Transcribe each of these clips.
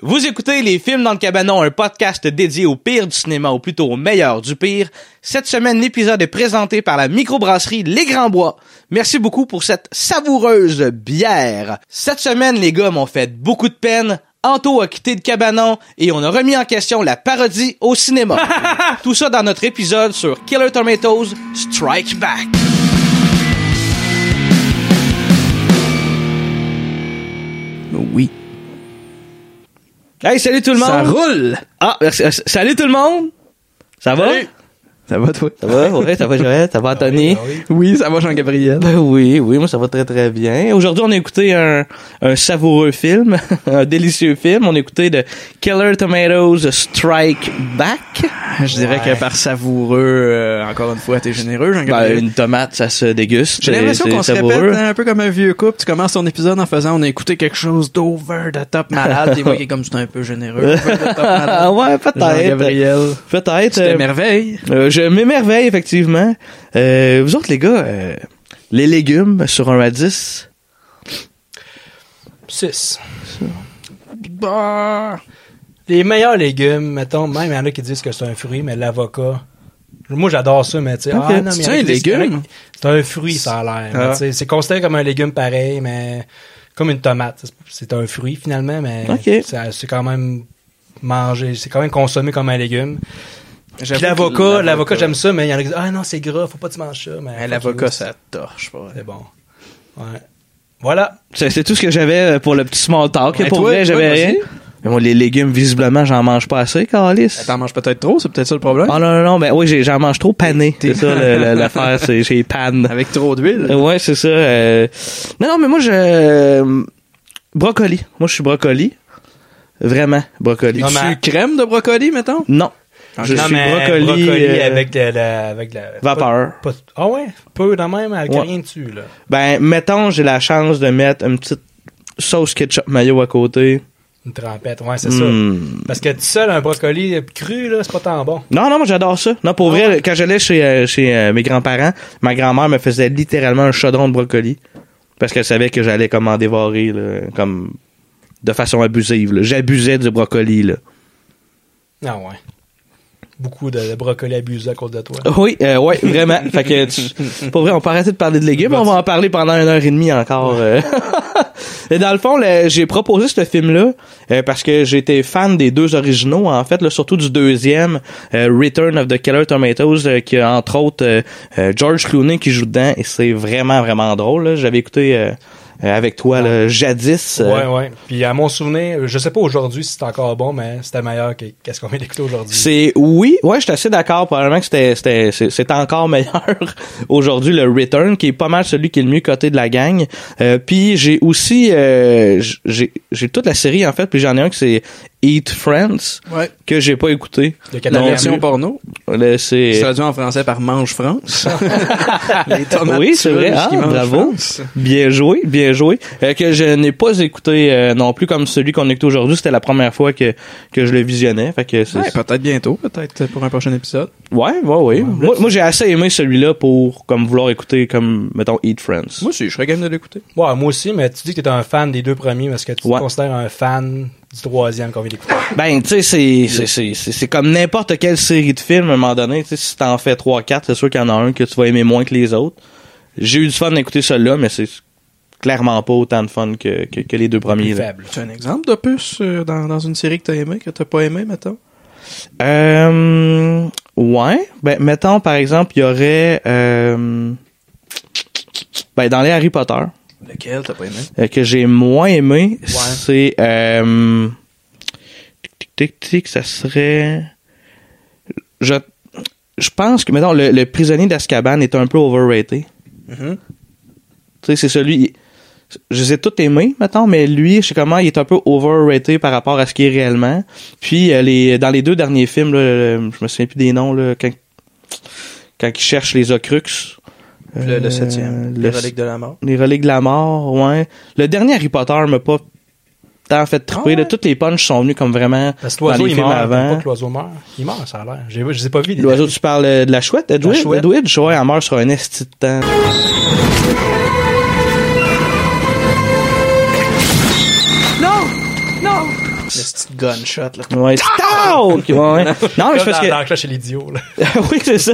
Vous écoutez Les Films dans le Cabanon, un podcast dédié au pire du cinéma, ou plutôt au meilleur du pire. Cette semaine, l'épisode est présenté par la microbrasserie Les Grands Bois. Merci beaucoup pour cette savoureuse bière. Cette semaine, les gars m'ont fait beaucoup de peine. Anto a quitté le cabanon et on a remis en question la parodie au cinéma. Tout ça dans notre épisode sur Killer Tomatoes Strike Back. Oui. Hey, salut tout le monde! Ça roule! Ah, merci. Euh, s- Salut tout le monde! Ça va? Ça va, toi? Ça va, ouais, ça va Joël, ça va Anthony? Ah Oui, ça va, Jean-Gabriel. Ben oui, oui, moi ça va très très bien. Aujourd'hui, on a écouté un, un savoureux film, un délicieux film. On a écouté de Killer Tomatoes Strike Back. Je dirais que par savoureux, euh, encore une fois, t'es généreux, Ben, Jean-Gabriel. une tomate, ça se déguste. J'ai l'impression C'est- qu'on se c'est répète savoureux. hein, un peu comme un vieux couple. Tu commences ton épisode en faisant on a écouté quelque chose d'over the top malade. Et moi qui est comme j'étais un peu généreux. Over the top malade. Ah ouais, peut-être. Jean-Gabriel. Peut-être. C'était euh, merveille. euh, je m'émerveille, effectivement. Euh, vous autres, les gars, euh, les légumes sur un à 10, 6. Bah! Les meilleurs légumes, mettons, même il y en a qui disent que c'est un fruit, mais l'avocat. Moi, j'adore ça, mais tu sais. Ok. ah, non, mais C'est il y en a un qui disent- légume? il y en a qui- C'est un fruit, ça a l'air. mais Ah. tu sais, C'est considéré comme un légume pareil, mais comme une tomate. C'est un fruit, finalement, mais Ok. ça- c'est quand même mangé, c'est quand même consommé comme un légume. Puis J'avoue que l'avocat, l'avocat, j'aime ça, mais il y en a qui disent Ah non, c'est gras, faut pas que tu manges ça. Mais Ouais, fuck L'avocat, you, ça torche. pas vrai. C'est bon. Ouais. Voilà. C'est c'est tout ce que j'avais euh, pour le petit small talk. Et pour toi, vrai, toi, j'avais vas-y. rien. Mais moi, les légumes, visiblement, j'en mange pas assez, Carlis. T'en manges peut-être trop, c'est peut-être ça le problème. Oh non, non, non, ben oui, j'ai- j'en mange trop pané. C'est ça le- le- l'affaire, c'est j'ai panne. Avec trop d'huile. Ouais, c'est ça. euh. Non, non, mais moi, je. euh, Brocoli. Moi, je suis brocoli. Vraiment, brocoli. Non, Tu mais- crème de brocoli, mettons? Non. Je non, suis mais brocoli, brocoli, euh, avec, de la, avec de la Vapeur. pas- pas- Ah ouais, peu dans même avec Ouais. rien dessus là. Ben, mettons, j'ai la chance de mettre une petite sauce ketchup mayo à côté. Une trempette, ouais, c'est ça. Mm. Parce que tout seul un brocoli cru là, c'est pas tant bon. Non, non, moi j'adore ça. Non, pour vrai, quand j'allais chez, euh, chez euh, mes grands-parents, ma grand-mère me faisait littéralement un chaudron de brocoli. Parce qu'elle savait que j'allais comme en dévorer, là, comme de façon abusive. là. J'abusais du brocoli. Là. Ah ouais. Beaucoup de, de brocoli abusé à cause de toi. Oui, euh, ouais, vraiment. fait que, tu- pour vrai, on peut arrêter de parler de légumes, on va en parler pendant une heure et demie encore. euh. et dans le fond, là, j'ai proposé ce film-là euh, parce que j'étais fan des deux originaux, en fait, là, surtout du deuxième, euh, Return of the Killer Tomatoes, euh, qui a entre autres euh, euh, George Clooney qui joue dedans, et c'est vraiment, vraiment drôle. là. J'avais écouté euh, euh, avec toi là, jadis. euh, Ouais, ouais. Puis à mon souvenir, je sais pas aujourd'hui si c'est encore bon, mais c'était meilleur que qu'est-ce qu'on vient d'écouter aujourd'hui. C'est oui, ouais, je suis assez d'accord. Probablement que c'était c'était c'est- c'est encore meilleur aujourd'hui le Return qui est pas mal celui qui est le mieux coté de la gang. Euh, puis j'ai aussi euh, j- j'ai j'ai toute la série en fait, puis j'en ai un que c'est Eat Friends Ouais. que j'ai pas écouté. Le La Canadien version bleu. porno. Là, C'est Traduit en français par Mange France. Les tomates Oui, c'est vrai. turges Ah, qui mangent bravo. France. Bien joué, bien joué. Euh, que je n'ai pas écouté euh, non plus comme celui qu'on écoute aujourd'hui. C'était la première fois que, que je le visionnais. Fait que c'est- Ouais, peut-être bientôt, peut-être pour un prochain épisode. ouais, ouais, ouais. Moi, moi j'ai assez aimé celui-là pour comme vouloir écouter comme mettons Eat Friends. Moi aussi, je serais game de l'écouter. Ouais, moi aussi, mais tu dis que t'es un fan des deux premiers, mais est-ce que tu Ouais. te considères un fan du troisième qu'on vient d'écouter? Ben, tu sais, c'est- c'est- c'est c'est- c'est comme n'importe quelle série de films, à un moment donné. tu sais, Si t'en fais 3-4, c'est sûr qu'il y en a un que tu vas aimer moins que les autres. J'ai eu du fun d'écouter celui-là, mais c'est clairement pas autant de fun que, que, que les deux premiers. Plus là. faible. Tu as un exemple d'opus euh, dans, dans une série que t'as aimé, que t'as pas aimé, mettons? Euh, ouais. Ben, mettons, par exemple, il y aurait... euh, ben, dans les Harry Potter, Lequel t'as pas aimé? euh, que j'ai moins aimé, Ouais. c'est... Euh, tic, tic, tic, ça serait... Je, je pense que, mettons, le, le prisonnier d'Azkaban est un peu overrated. Mm-hmm. Tu sais, c'est celui... Je les ai tous aimés, mettons, mais lui, je sais comment, il est un peu overrated par rapport à ce qu'il est réellement. Puis, euh, les, dans les deux derniers films, là, euh, je me souviens plus des noms, là, quand, quand ils cherchent les Ocrux. Le, le euh, septième. le Les reliques de la mort. les reliques de la mort, ouais. Le dernier Harry Potter m'a pas tant fait Ah triper. ouais? là. Toutes les punches sont venues comme vraiment Parce que dans l'oiseau, les il films meurt. T'aimes avant. Pas que l'oiseau meurt. Il meurt, ça a l'air. J'ai- Je les ai pas vus. les L'oiseau, tu parles euh, de la chouette, Edwidge? chouette. Edwidge, ouais, elle meurt sur un esti de temps. Le petit gunshot, là. Ouais, c'est- Tac! Ouais, ouais. Non, Ah, mais Comme c'est parce dans, que. dans Clash et l'idiot, là. oui, c'est ça.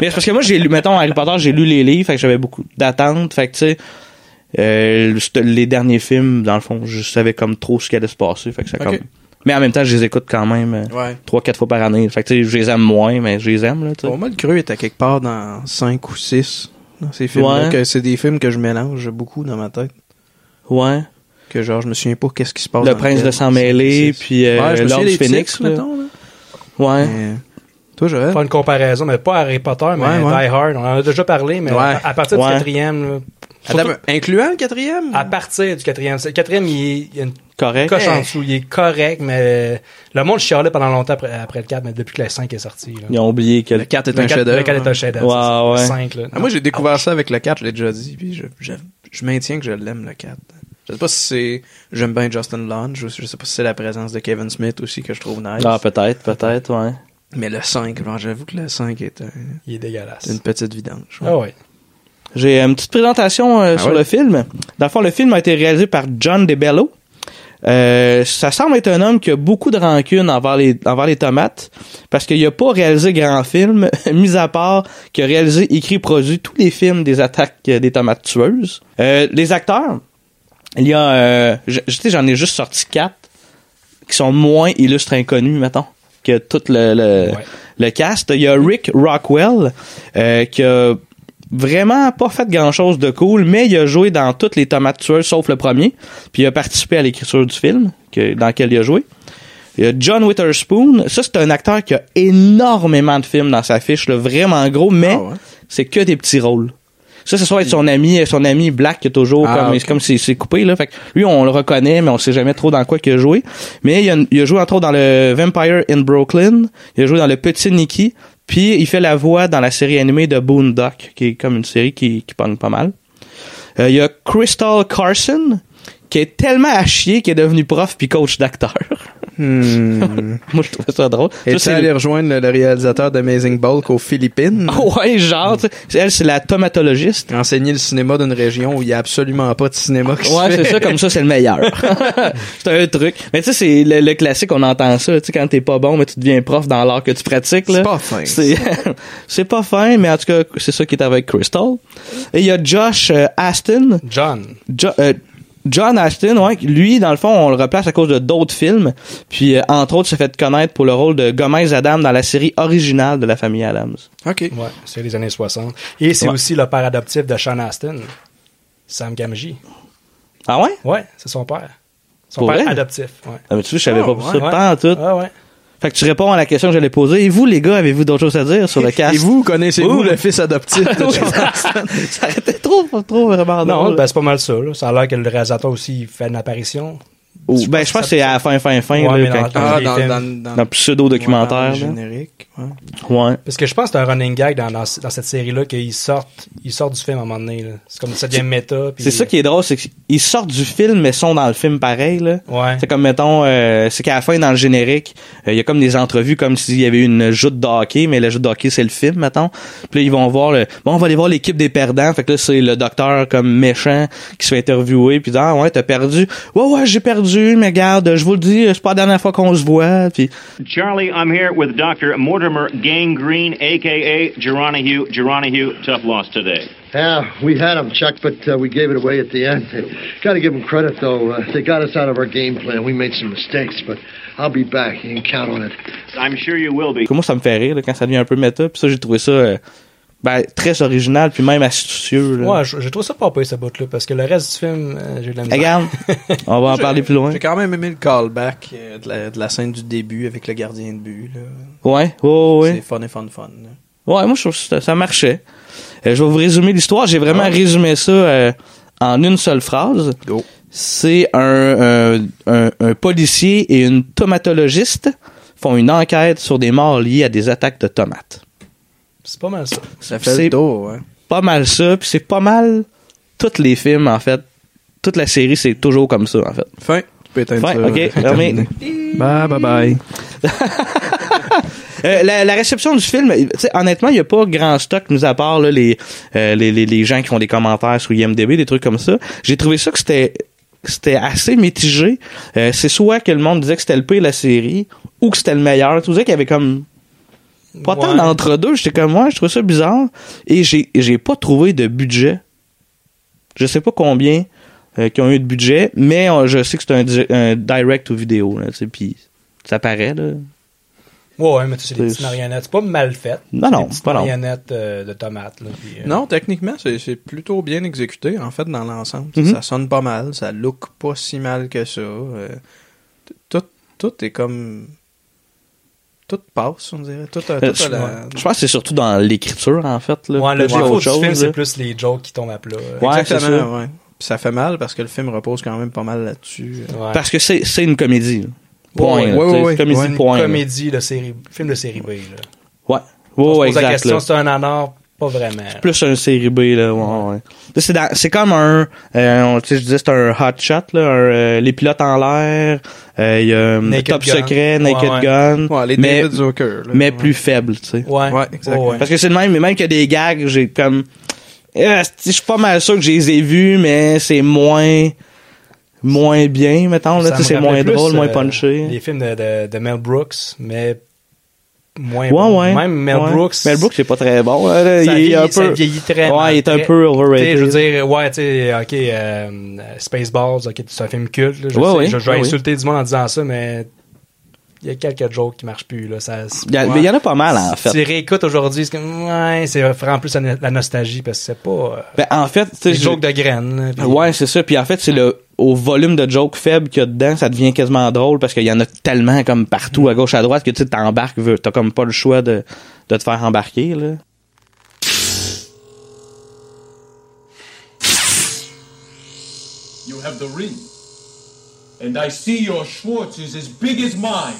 Mais c'est parce que moi, j'ai lu, mettons, Harry Potter, j'ai lu les livres, fait que j'avais beaucoup d'attentes, fait que tu sais, euh, c'était- les derniers films, dans le fond, je savais comme trop ce qui allait se passer, fait que ça Ok. comme. Mais en même temps, je les écoute quand même euh, Ouais. trois, quatre fois par année. Fait que tu sais, je les aime moins, mais je les aime, là, tu sais. Pour moi, le creux était quelque part dans 5 ou 6. Dans ces films-là, Ouais. que c'est des films que je mélange beaucoup dans ma tête. Ouais. Que genre, je me souviens pas qu'est-ce qui se passe. Le dans prince lequel. de sang mêlé, C'est- puis euh, Ouais, je me l'ordre souviens du des phénix, titres, là. mettons, là. Ouais. Mais- Euh, Toi, Joël? Pas une comparaison, mais pas Harry Potter, mais Ouais, ouais. Die Hard. On en a déjà parlé, mais Ouais. à, à partir Ouais. du quatrième, là, Attends, surtout- Ah, mais incluant le quatrième? à partir du quatrième, c'est- le quatrième, il, est- il y a une Eh. Correct. coche en dessous, il est correct, mais le monde chialait pendant longtemps après, après le 4, mais depuis que le 5 est sorti. Là. Ils ont oublié que Le 4 est Le un quatre- chef-d'œuvre. Le 4 est un hein. chef-d'œuvre. Ouais, c'est ça. ouais. Le 5, là. Ah, moi, j'ai découvert ça avec le 4, je l'ai déjà dit, puis je, je, je maintiens que je l'aime, le 4. Je sais pas si c'est... J'aime bien Justin Long, je, je sais pas si c'est la présence de Kevin Smith aussi que je trouve nice. Ah, peut-être, peut-être, ouais. Mais le 5, bon, j'avoue que le 5 est un- Il est dégueulasse. une petite vidange. Ah ouais. J'ai une petite présentation euh, Ah sur ouais? le film. Dans le fond, le film a été réalisé par John DeBello. Euh, ça semble être un homme qui a beaucoup de rancune envers les, envers les tomates parce qu'il n'a pas réalisé grand film, mis à part qu'il a réalisé, écrit, produit tous les films des attaques euh, des tomates tueuses. Euh, les acteurs, il y a, euh, je, je sais, j'en ai juste sorti quatre qui sont moins illustres inconnus, mettons, que tout le, le, Ouais. le cast. Il y a Rick Rockwell euh, qui a vraiment pas fait grand chose de cool, mais il a joué dans toutes les tomates tueuses sauf le premier. Puis il a participé à l'écriture du film que- dans lequel il a joué. Il y a John Witherspoon. Ça, c'est un acteur qui a énormément de films dans sa fiche, là, vraiment gros, mais Ah ouais? c'est que des petits rôles. Ça, ça soit être son ami, euh, son ami Black qui est toujours Mm. Ah, comme, ok. c'est comme c'est, c'est coupé là. Fait que lui, on le reconnaît, mais on sait jamais trop dans quoi qu'il a joué. Mais il a, il a joué entre autres dans le Vampire in Brooklyn. Il a joué dans le Petit Nicky. Puis il fait la voix dans la série animée de Boondock, qui est comme une série qui qui pogne pas mal. Euh, il y a Crystal Carson qui est tellement à chier qu'il est devenu prof puis coach d'acteur. Hmm. Moi, je trouvais ça drôle. Et Ça, tu c'est- allé rejoindre le, le réalisateur d'Amazing Bulk aux Philippines? ouais, genre, tu sais, elle, c'est la tomatologiste. Enseigner le cinéma d'une région où il n'y a absolument pas de cinéma qui se Ouais, fait. c'est ça, comme ça, c'est le meilleur. c'est un truc. Mais tu sais, c'est le, le classique, on entend ça, tu sais, quand t'es pas bon, mais tu deviens prof dans l'art que tu pratiques, là. C'est pas fin. C'est, c'est pas fin, mais en tout cas, c'est ça qui est avec Crystal. Et il y a Josh euh, Aston. John. Jo- euh, John Aston, ouais, lui, dans le fond, on le replace à cause de d'autres films. Puis, euh, entre autres, s'est fait connaître pour le rôle de Gomez Adams dans la série originale de la famille Adams. OK. Ouais, c'est les années 60. Et c'est Ouais. aussi le père adoptif de Sean Astin, Sam Gamgee. Ah ouais? Ouais, c'est son père. Son Pour père vrai? adoptif. Ouais. Oh, Ah, mais tu sais, je savais Ah, pas ouais, ça, ouais. pas en tout. Ah ouais. Fait que tu réponds à la question que j'allais poser. Et vous, les gars, avez-vous d'autres choses à dire sur le cast? Et vous, connaissez-vous Ouh. le fils adoptif de Oui, John ça, ça arrêtait trop, pas trop vraiment Non, drôle. ben, c'est pas mal ça. Là. Ça a l'air que le réalisateur aussi il fait une apparition. Ou- ben, je pense que c'est à la fin, fin, fin, Ouais, là, mais quand- dans- Ah, les dans, thèmes. dans, dans le pseudo-documentaire, Ouais, là. dans le générique. ouais. Ouais. Parce que je pense que c'est un running gag dans, dans, dans cette série-là qu'ils sortent, ils sortent du film à un moment donné. là. C'est comme ça devient méta. puis- C'est ça qui est drôle, c'est qu'ils sortent du film, mais sont dans le film pareil, là. Ouais. C'est comme, mettons, euh, c'est qu'à la fin, dans le générique, euh, il y a comme des entrevues comme s'il y avait eu une joute de hockey, mais la joute de hockey, c'est le film, mettons. Puis là, ils vont voir le... Bon, on va aller voir l'équipe des perdants. Fait que là, c'est le docteur comme méchant qui se fait interviewer, puis il dit « Ah ouais, t'as perdu. Ouais, ouais, j'ai perdu, mais garde, je vous le dis, c'est pas la dernière fois qu'on se voit. » Puis Charlie, I'm here with Dr. Mortimer Gangrene, a.k.a. Geronihue. Geronihue, tough loss today. Yeah, we had them, Chuck, but uh, we gave it away at the end. Got to give them credit, though. Uh, they got us out of our game plan. We made some mistakes, but I'll be back. You can count on it. I'm sure you will be. Puis moi, ça me fait rire là, quand ça devient un peu méta. Puis ça, j'ai trouvé ça euh, ben, très original, puis même astucieux. Là. Ouais, je, je trouve ça pas payé ce bout-là, parce que le reste du film, euh, j'ai eu de la misère. Regarde, on va en J'ai- parler plus loin. J'ai quand même aimé le callback euh, de la, de la scène du début avec le gardien de but. Là. Ouais, ouais, ouais. C'est fun et fun fun. là. Ouais, moi, je trouve que ça, ça marchait. Euh, je vais vous résumer l'histoire. J'ai vraiment résumé ça euh, en une seule phrase. Ah. Go. C'est un, euh, un, un policier et une tomatologiste font une enquête sur des morts liés à des attaques de tomates. C'est pas mal ça. Ça C'est- fait le tour, hein. Pas mal ça, puis c'est pas mal tous les films, en fait. Toute la série, c'est toujours comme ça, en fait. Fin. Tu peux éteindre Fin, ça. ok, c'est fermé. terminé. Bye, bye, bye. Euh, la, la réception du film, tu sais, honnêtement, il n'y a pas grand stock, mis à part là, les, euh, les, les, les gens qui font des commentaires sur IMDB, des trucs comme ça. J'ai trouvé ça que c'était c'était assez mitigé. Euh, c'est soit que le monde disait que c'était le pire de la série ou que c'était le meilleur. Tu disais qu'il y avait comme pas tant Ouais. d'entre-deux. J'étais comme, moi, je trouvais ça bizarre. Et j'ai j'ai pas trouvé de budget. Je sais pas combien euh, qui ont eu de budget, mais euh, je sais que c'est un, di- un direct ou vidéo. Là, tu sais, puis ça paraît. Là. Ouais, ouais, mais tu sais, les C'est- petites marionnettes, c'est pas mal fait. Non, non, Les petites pas non. marionnettes euh, de tomates, là. puis, euh, Non, techniquement, c'est c'est plutôt bien exécuté, en fait, dans l'ensemble. Mhm. Ça sonne pas mal, ça look pas si mal que ça. euh, t- tout, tout est comme... Tout passe, on dirait. Tout, a- Euh, tout a je, la- je pense que c'est surtout dans l'écriture, en fait. Là, Ouais, le Plus défaut autre du film, chose, c'est là. plus les jokes qui tombent à plat. euh. Ouais, c'est Exactement, ça. ouais. Puis ça fait mal parce que le film repose quand même pas mal là-dessus. euh. Ouais. Parce que c'est c'est une comédie. là. Point. Ouais, là, ouais, tu sais, ouais, comédie, ouais, une point. là. comédie de série, film de série B, là. Ouais. On Ouais, se ouais, pose la Oh, exact. question, là. c'est un honneur? Pas vraiment. Plus un série B, là. Ouais, ouais. Là, c'est dans- C'est comme un. euh, on- tu sais, je disais, c'est un hot shot, là. un, euh, les pilotes en l'air. euh, Il y a hum, Naked Top Gun. Secret, Ouais, Naked ouais. Gun. Ouais, les mais David Zucker. là. mais Ouais. plus faible, tu sais. Ouais. Ouais, exact. Ouais, ouais. Parce que c'est le même, mais même qu'il y a des gags, j'ai comme. Euh, asti, je suis pas mal sûr que je les ai vus, mais c'est moins. Moins bien, mettons, là. Ça tu sais, me C'est moins rappelle plus, drôle, moins euh, punché. Les films de, de, de Mel Brooks, mais moins Ouais, bon. ouais. Même Mel ouais. Brooks. Mel Brooks, c'est pas très bon. là, ça il est vieillit- un ça peu. vieillit très mal. ouais, il est un Très- peu Tu sais, overrated. Je veux dire, ouais, tu sais, ok, euh, Spaceballs, ok, c'est un film culte. là, je Ouais, sais, ouais, je, je vais ouais, insulter du monde en disant ça, mais il y a quelques jokes qui marchent plus. Là, ça, Il y, a- mais il y en a pas mal, en Si tu fait. les réécoutes aujourd'hui, c'est comme, ouais, c'est vraiment plus la, no- la nostalgie parce que c'est pas euh, Ben, en fait, tu sais, des je- jokes de graines. là, puis- Ouais, c'est ça. Puis en fait, c'est le au volume de jokes faibles qu'il y a dedans, ça devient quasiment drôle parce qu'il y en a tellement comme partout à gauche à droite que tu sais, t'embarques, veux- t'as comme pas le choix de, de te faire embarquer là. You have the ring. And I see your Schwartz is as big as mine.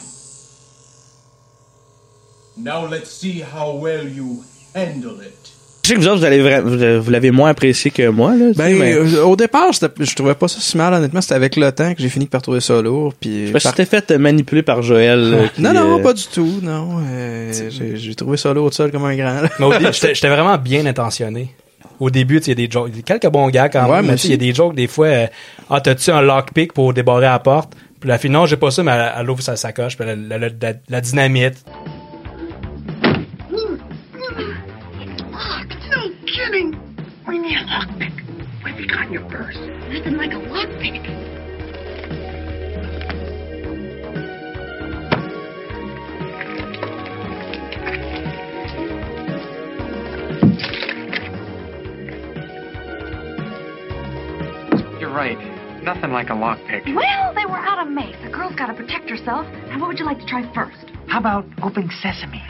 Now let's see how well you handle it. Je sais que vous autres, vous allez vra- vous, vous l'avez moins apprécié que moi là. tu sais, Ben, mais- euh, au départ, c'était- je trouvais pas ça si mal, honnêtement. C'était avec le temps que j'ai fini par trouver ça lourd. Puis parce que par- t'es Ben, fait manipuler par Joël. là, qui, Ah. Non, non, euh, pas du tout, non. euh, j'ai j'ai trouvé ça lourd seul comme un grand. là. Mais au début, j'étais j'étais vraiment bien intentionné. Au début, tu sais, il y a des jokes, quelques bons gars quand Ouais, même. moi mais tu sais, Il y a aussi. des jokes, des fois, euh, ah, t'as-tu un lockpick pour débarrer la porte? Puis la fille, non, j'ai pas ça, mais elle, elle ouvre sa sacoche, puis elle a la, la- la- la dynamite. Locked? No kidding. We need a lockpick. What have you got in your purse? Nothing like a lockpick. You're right. Nothing like a lockpick. Well, they were out of mace. A girl's got to protect herself. And what would you like to try first? How about open sesame?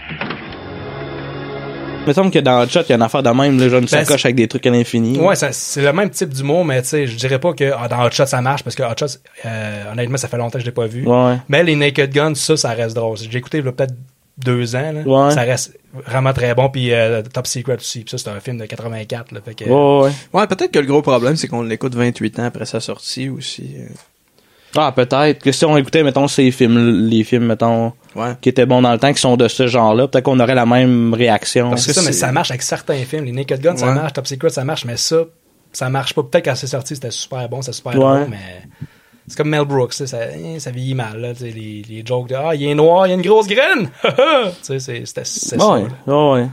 Il me semble que dans le chat, il y a une affaire de même, là, genre une Ben, sacoche c'est- avec des trucs à l'infini. Ouais, ça- c'est le même type d'humour, mais tu sais, je dirais pas que ah, dans Hot Shots ça marche, parce que Hot Shots, euh, honnêtement, ça fait longtemps que je l'ai pas vu. Ouais, ouais. Mais les Naked Guns, ça, ça reste drôle. J'ai écouté il y a peut-être deux ans, là. Ouais. ça reste vraiment très bon. Puis euh, Top Secret aussi, puis ça, c'est un film de 84, là, fait que, Ouais, ouais, ouais. Ouais, peut-être que le gros problème, c'est qu'on l'écoute 28 ans après sa sortie aussi. euh. Ah, peut-être que si on écoutait, mettons, ces films, les films, mettons, Ouais. qui étaient bons dans le temps, qui sont de ce genre-là, peut-être qu'on aurait la même réaction. Parce que ça, c'est- mais ça marche avec certains films. Les Naked Gun, ça Ouais. marche. Top Secret, ça marche. Mais ça, ça marche pas. Peut-être quand c'est sorti, c'était super bon, c'était super Ouais. bon, mais c'est comme Mel Brooks. tu sais, Ça, eh, ça vieillit mal. Là, tu sais, les, les jokes de Ah, il est noir, il y a une grosse graine. Tu sais, c'est- c'était c'est ça. Ouais, là. ouais, ouais.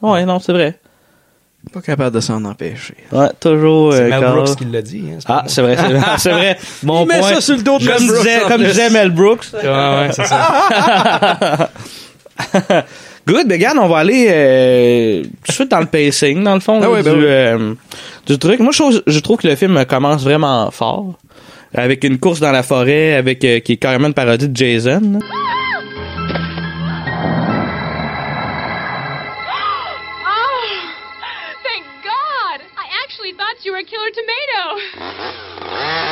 Ouais, non, c'est vrai. Pas capable de s'en empêcher. Ouais, toujours. C'est euh, Mel Carl. Brooks qui l'a dit. hein, c'est pas Ah, c'est vrai, c'est vrai. c'est vrai. Bon met point. ça sur le dos de Mel comme Brooks, Disait, en comme plus. disait Mel Brooks. moi. Ouais, ouais, c'est ça. Good, mais regarde, on va aller euh, tout de suite dans le pacing, dans le fond, Ah là, ouais, ben du, oui. euh, du truc. Moi, je trouve, je trouve que le film commence vraiment fort, avec une course dans la forêt, avec euh, qui est carrément une parodie de Jason. là. Oh, thank God! I actually thought you were a killer tomato.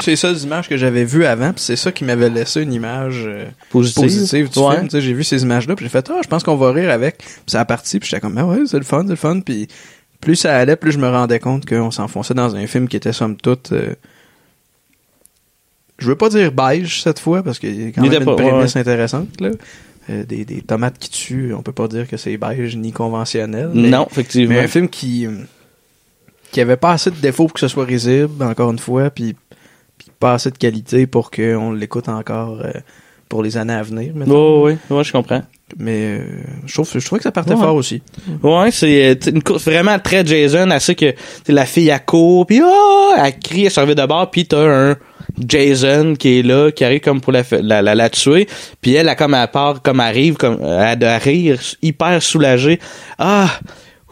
C'est ça les images que j'avais vues avant, puis c'est ça qui m'avait laissé une image euh, Positive. positive. du Ouais. film. Tu sais, J'ai vu ces images-là, puis j'ai fait, ah, je pense qu'on va rire avec. Puis ça a parti, puis j'étais comme, ah ouais, c'est le fun, c'est le fun. Puis plus ça allait, plus je me rendais compte qu'on s'enfonçait dans un film qui était somme toute. euh, je veux pas dire beige cette fois, parce qu'il y a quand Il même était une pas- ouais, prémisse intéressante, là. euh, des, des tomates qui tuent, on peut pas dire que c'est beige ni conventionnel. mais- Non, effectivement. mais un film qui euh, qui avait pas assez de défauts pour que ce soit risible, encore une fois, puis, puis pas assez de qualité pour qu'on l'écoute encore euh, pour les années à venir. mettons. Oh, oui, oui, je comprends. Mais euh, je, trouve, je trouvais que ça partait Ouais. fort aussi. Ouais, c'est euh, t'sais, une course vraiment très Jason, assez que t'sais, la fille à court, puis ah, elle crie, elle se revient de bord, puis t'as un Jason qui est là, qui arrive comme pour la fa- la, la, la tuer, puis elle, elle, comme elle part, comme elle arrive, comme euh, elle doit rire, hyper soulagée. Ah,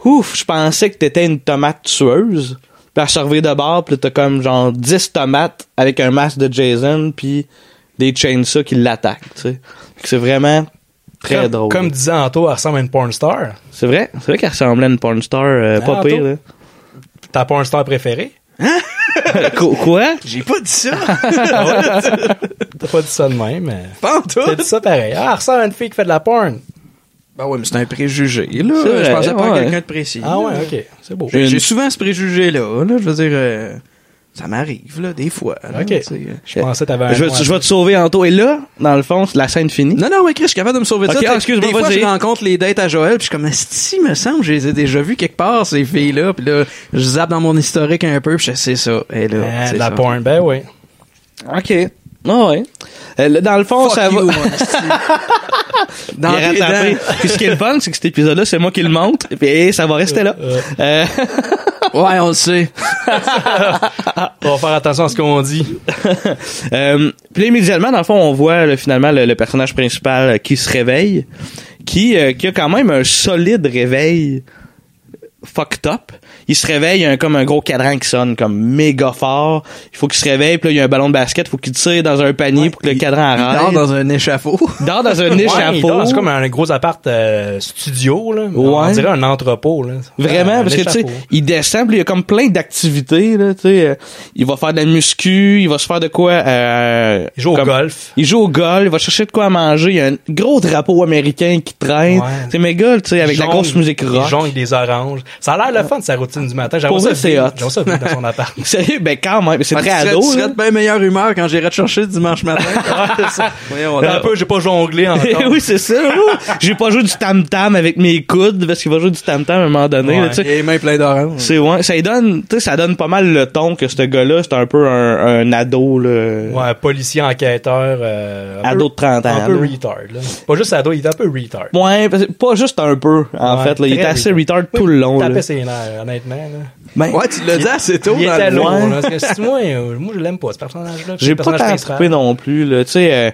ouf, je pensais que t'étais une tomate tueuse. Puis elle se revient de bord, puis t'as comme genre 10 tomates avec un masque de Jason, puis des chainsaws qui l'attaquent, tu sais. C'est vraiment très comme, drôle. Comme disait Anto, elle ressemble à une porn star. C'est vrai, c'est vrai qu'elle ressemblait à une porn star euh, pas Ah, pire. tôt. Là. Ta porn star préférée? Qu- hein? quoi? J'ai pas dit ça! T'as pas dit ça de même, mais. pas en T'as dit ça pareil. Ah, elle ressemble à une fille qui fait de la porn. Ben ouais, mais c'est un préjugé, là. C'est vrai, je pensais pas ouais. à quelqu'un de précis. Ah ouais, ok. C'est beau. J'ai Une- j'ai souvent ce préjugé-là, là. Je veux dire, euh, ça m'arrive, là, des fois. là, Ok. tu sais, euh. Je pensais que t'avais un. Je vais, nom à- je vais te sauver, Anto. Et là, dans le fond, c'est la scène finie. Non, non, ouais, Chris, je suis capable de me sauver de Ok, ça. ah, excuse-moi, des fois, vas-y. je rencontre les dates à Joël, puis je suis comme, si, me semble, je les ai déjà vues quelque part, ces filles-là. Puis là, je zappe dans mon historique un peu, puis je sais ça. Et là, Ah, c'est de la ça. porn, ben oui. OK. Ah ouais. Euh, là, dans le fond, Fuck ça you, va. moi, esti. Il dans est tes rattrapé. dents. Puis ce qui est le fun, c'est que cet épisode-là, c'est moi qui le monte. Et ça va rester là. Euh, Euh, Ouais, on le sait. on va faire attention à ce qu'on dit. Euh, puis là, immédiatement, dans le fond, on voit là, finalement le, le personnage principal euh, qui se réveille, qui, euh, qui a quand même un solide réveil fucked up. Il se réveille, il y a un- comme un gros cadran qui sonne comme méga fort. Il faut qu'il se réveille, puis là, il y a un ballon de basket, il faut qu'il tire dans un panier pour que le Il- cadran il arrête. dort dans un échafaud. Dort dans un Ouais, il échafaud. dort, C'est comme un gros appart euh, studio, là. On Ouais. dirait un entrepôt, là. Vraiment, Euh, Un parce que tu sais, échafaud. il descend, puis il y a comme plein d'activités, là, tu sais. Euh, Il va faire de la muscu, il va se faire de quoi... Euh, Il joue au comme- golf. Il joue au golf, il va chercher de quoi à manger. Il y a un gros drapeau américain qui traîne. Ouais. C'est méga, tu sais, avec la jongle- grosse musique Il rock. jongle des oranges. Ça a l'air le fun, sa routine du matin. J'aimerais Pour ça vrai, c'est vivre- hot. J'aimerais ça vivre dans son appart. Sérieux, ben quand même, c'est Ah, tu très serais- ado. Tu serais là. de bien meilleure humeur quand j'irai te chercher le dimanche matin. Voyons, on Un peu, j'ai pas jonglé encore. oui, c'est ça. ouh. J'ai pas joué du tam-tam avec mes coudes parce qu'il va jouer du tam-tam à un moment donné. là, tu sais. les mains pleines d'oranges. C'est ouais, ça lui donne, tu sais, ça donne pas mal le ton que ce gars-là, c'est un peu un, un ado là, Ouais, un policier enquêteur. euh, un ado peu- de 30 ans. Un peu là. retard, là. Pas juste ado, il est un peu retard. Ouais, parce que- pas juste un peu en Ouais, fait, là, il très était assez retard. retard tout le long. Il tapait là. ses nerfs, honnêtement, là. Ben, Ouais, tu l'as dit assez tôt Il dans était le lourd, loin. là. Parce que c'est- moi, euh, moi, je l'aime pas, ce personnage-là. C'est J'ai le pas personnage tant principal. trippé non plus, là. Tu sais, euh,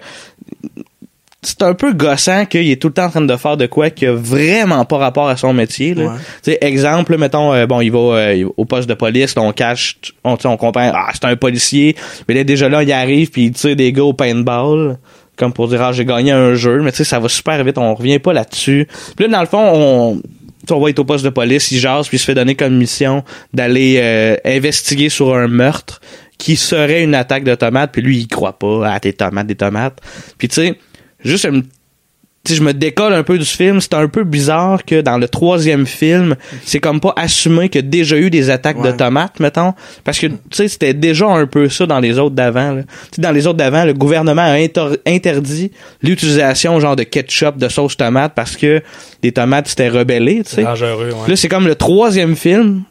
c'est un peu gossant qu'il est tout le temps en train de faire de quoi qui a vraiment pas rapport à son métier, là. Ouais. Tu sais, exemple, mettons, euh, bon, il va euh, il va au poste de police, là, on cache, t- on, tu sais, on comprend, ah, c'est un policier, mais là, déjà là, il arrive, puis il tire des gars au paintball. Comme pour dire, ah, j'ai gagné un jeu, mais tu sais, ça va super vite, on revient pas là-dessus. Puis là, dans le fond, on, tu sais, on va être au poste de police, il jase, puis il se fait donner comme mission d'aller euh, investiguer sur un meurtre qui serait une attaque de tomates, puis lui, il croit pas à tes tomates, des tomates. Puis tu sais, juste un tu sais, je me décolle un peu du film, c'est un peu bizarre que dans le troisième film, c'est comme pas assumé qu'il y a déjà eu des attaques de Ouais. tomates, mettons. Parce que, tu sais, c'était déjà un peu ça dans les autres d'avant. là. Tu sais, dans les autres d'avant, le gouvernement a inter- interdit l'utilisation genre de ketchup, de sauce tomate, parce que les tomates s'étaient rebellées, tu C'est sais. dangereux, ouais. Là, c'est comme le troisième film.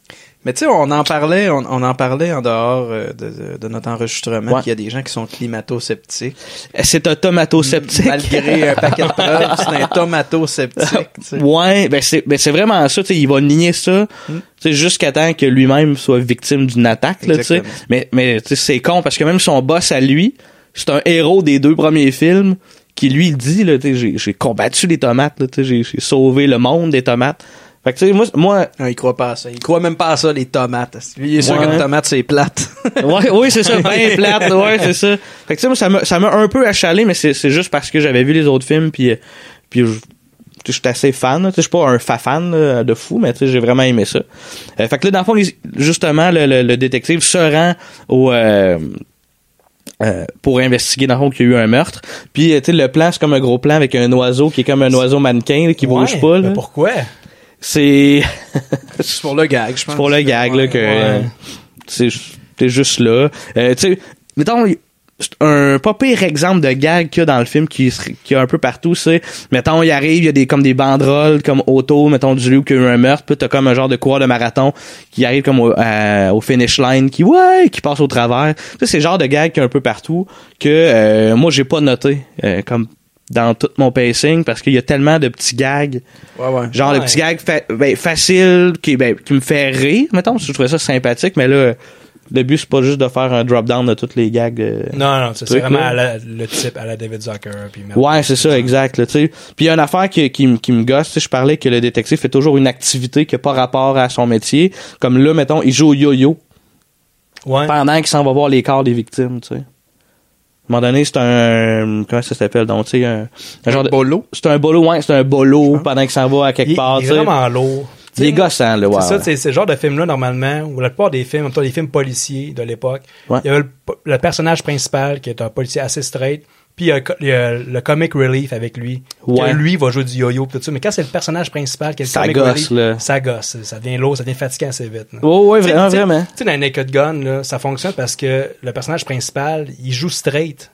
Mais tu sais, on en parlait, on, on en parlait en dehors euh, de, de- de notre enregistrement Ouais. qu'il y a des gens qui sont climato-sceptiques. C'est un tomato-sceptique. Malgré un paquet de preuves, c'est un tomato-sceptique. tu sais. Hmm. Ouais, ben c'est ben c'est vraiment ça, tu sais, il va nier ça, tu sais jusqu'à temps que lui-même soit victime d'une attaque là, tu sais. Exactement. Mais mais tu sais c'est con parce que même son boss à lui, c'est un héros des deux premiers films qui lui dit là, tu sais, j'ai j'ai combattu les tomates, là, tu sais, j'ai j'ai sauvé le monde des tomates. Fait que tu sais moi moi Non, il croit pas à ça. Il croit même pas à ça, les tomates. Lui, il est sûr Ouais. qu'une tomate, c'est plate. ouais, oui, c'est ça, bien plate, ouais, c'est ça. Fait que tu sais, moi, ça m'a, ça m'a un peu achalé, mais c'est, c'est juste parce que j'avais vu les autres films, puis, euh, puis je je suis assez fan, là. Tu sais, je suis pas un fa fan là, de fou, mais tu sais, j'ai vraiment aimé ça. Euh, fait que là, dans le fond, les- justement, le, le- le détective se rend au... euh, euh, pour investiguer dans le fond qu'il y a eu un meurtre. Puis, euh, tu sais, le plan, c'est comme un gros plan avec un oiseau qui est comme un oiseau mannequin là, qui Ouais, bouge pas. là. mais pourquoi? C'est... c'est pour le gag, je pense. C'est pour le gag, là, que ouais. euh, c'est- t'es juste là. Euh, tu sais, Euh, mettons, c'est un pas pire exemple de gag qu'il y a dans le film qui se- qui est un peu partout c'est mettons il arrive il y a des comme des banderoles comme auto mettons du loup qui a eu un meurtre puis t'as comme un genre de coureur de marathon qui arrive comme au, à- au finish line qui ouais qui passe au travers ça c'est le genre de gag qu'il y a un peu partout que euh, moi j'ai pas noté euh, comme dans tout mon pacing parce qu'il y a tellement de petits gags Ouais, ouais. Genre le Ouais. petit gag fa- ben, facile qui, ben, qui me fait rire, mettons, parce que je trouvais ça sympathique, mais là, le but, c'est pas juste de faire un drop-down de toutes les gags. euh. Non, non, c'est Truc, vraiment là. à la- le type à la David Zucker. Puis Mel Ouais, c'est Brooks. ça, exact. là, tu sais. Puis il y a une affaire qui, qui, me- qui me gosse, tu sais, je parlais que le détective fait toujours une activité qui n'a pas rapport à son métier. Comme là, mettons, il joue au yo-yo Ouais. pendant qu'il s'en va voir les corps des victimes, tu sais. À un moment donné, c'est un... Comment ça s'appelle, donc, tu sais, un, un genre de... Bolo. C'est un bolo, ouais, c'est un bolo pendant qu'il s'en va à quelque Il, part, tu il est sais. vraiment lourd. Il est gossant, là, ouais. C'est ça, ouais. c'est c'est le genre de film-là, normalement, ou la plupart des films, en même temps, les films policiers de l'époque, Ouais. il y a le, le personnage principal qui est un policier assez straight, puis il y a, co- il y a le comic relief avec lui. que Ouais. lui va jouer du yo-yo, pis tout ça. Mais quand c'est le personnage principal qui est le Ça comic gosse, relief, là. ça gosse. Ça devient lourd, ça devient fatigant assez vite. là. Ouais, ouais, Tu sais, vraiment, tu sais- vraiment. Tu sais, dans Naked Gun, là, ça fonctionne parce que le personnage principal, il joue straight.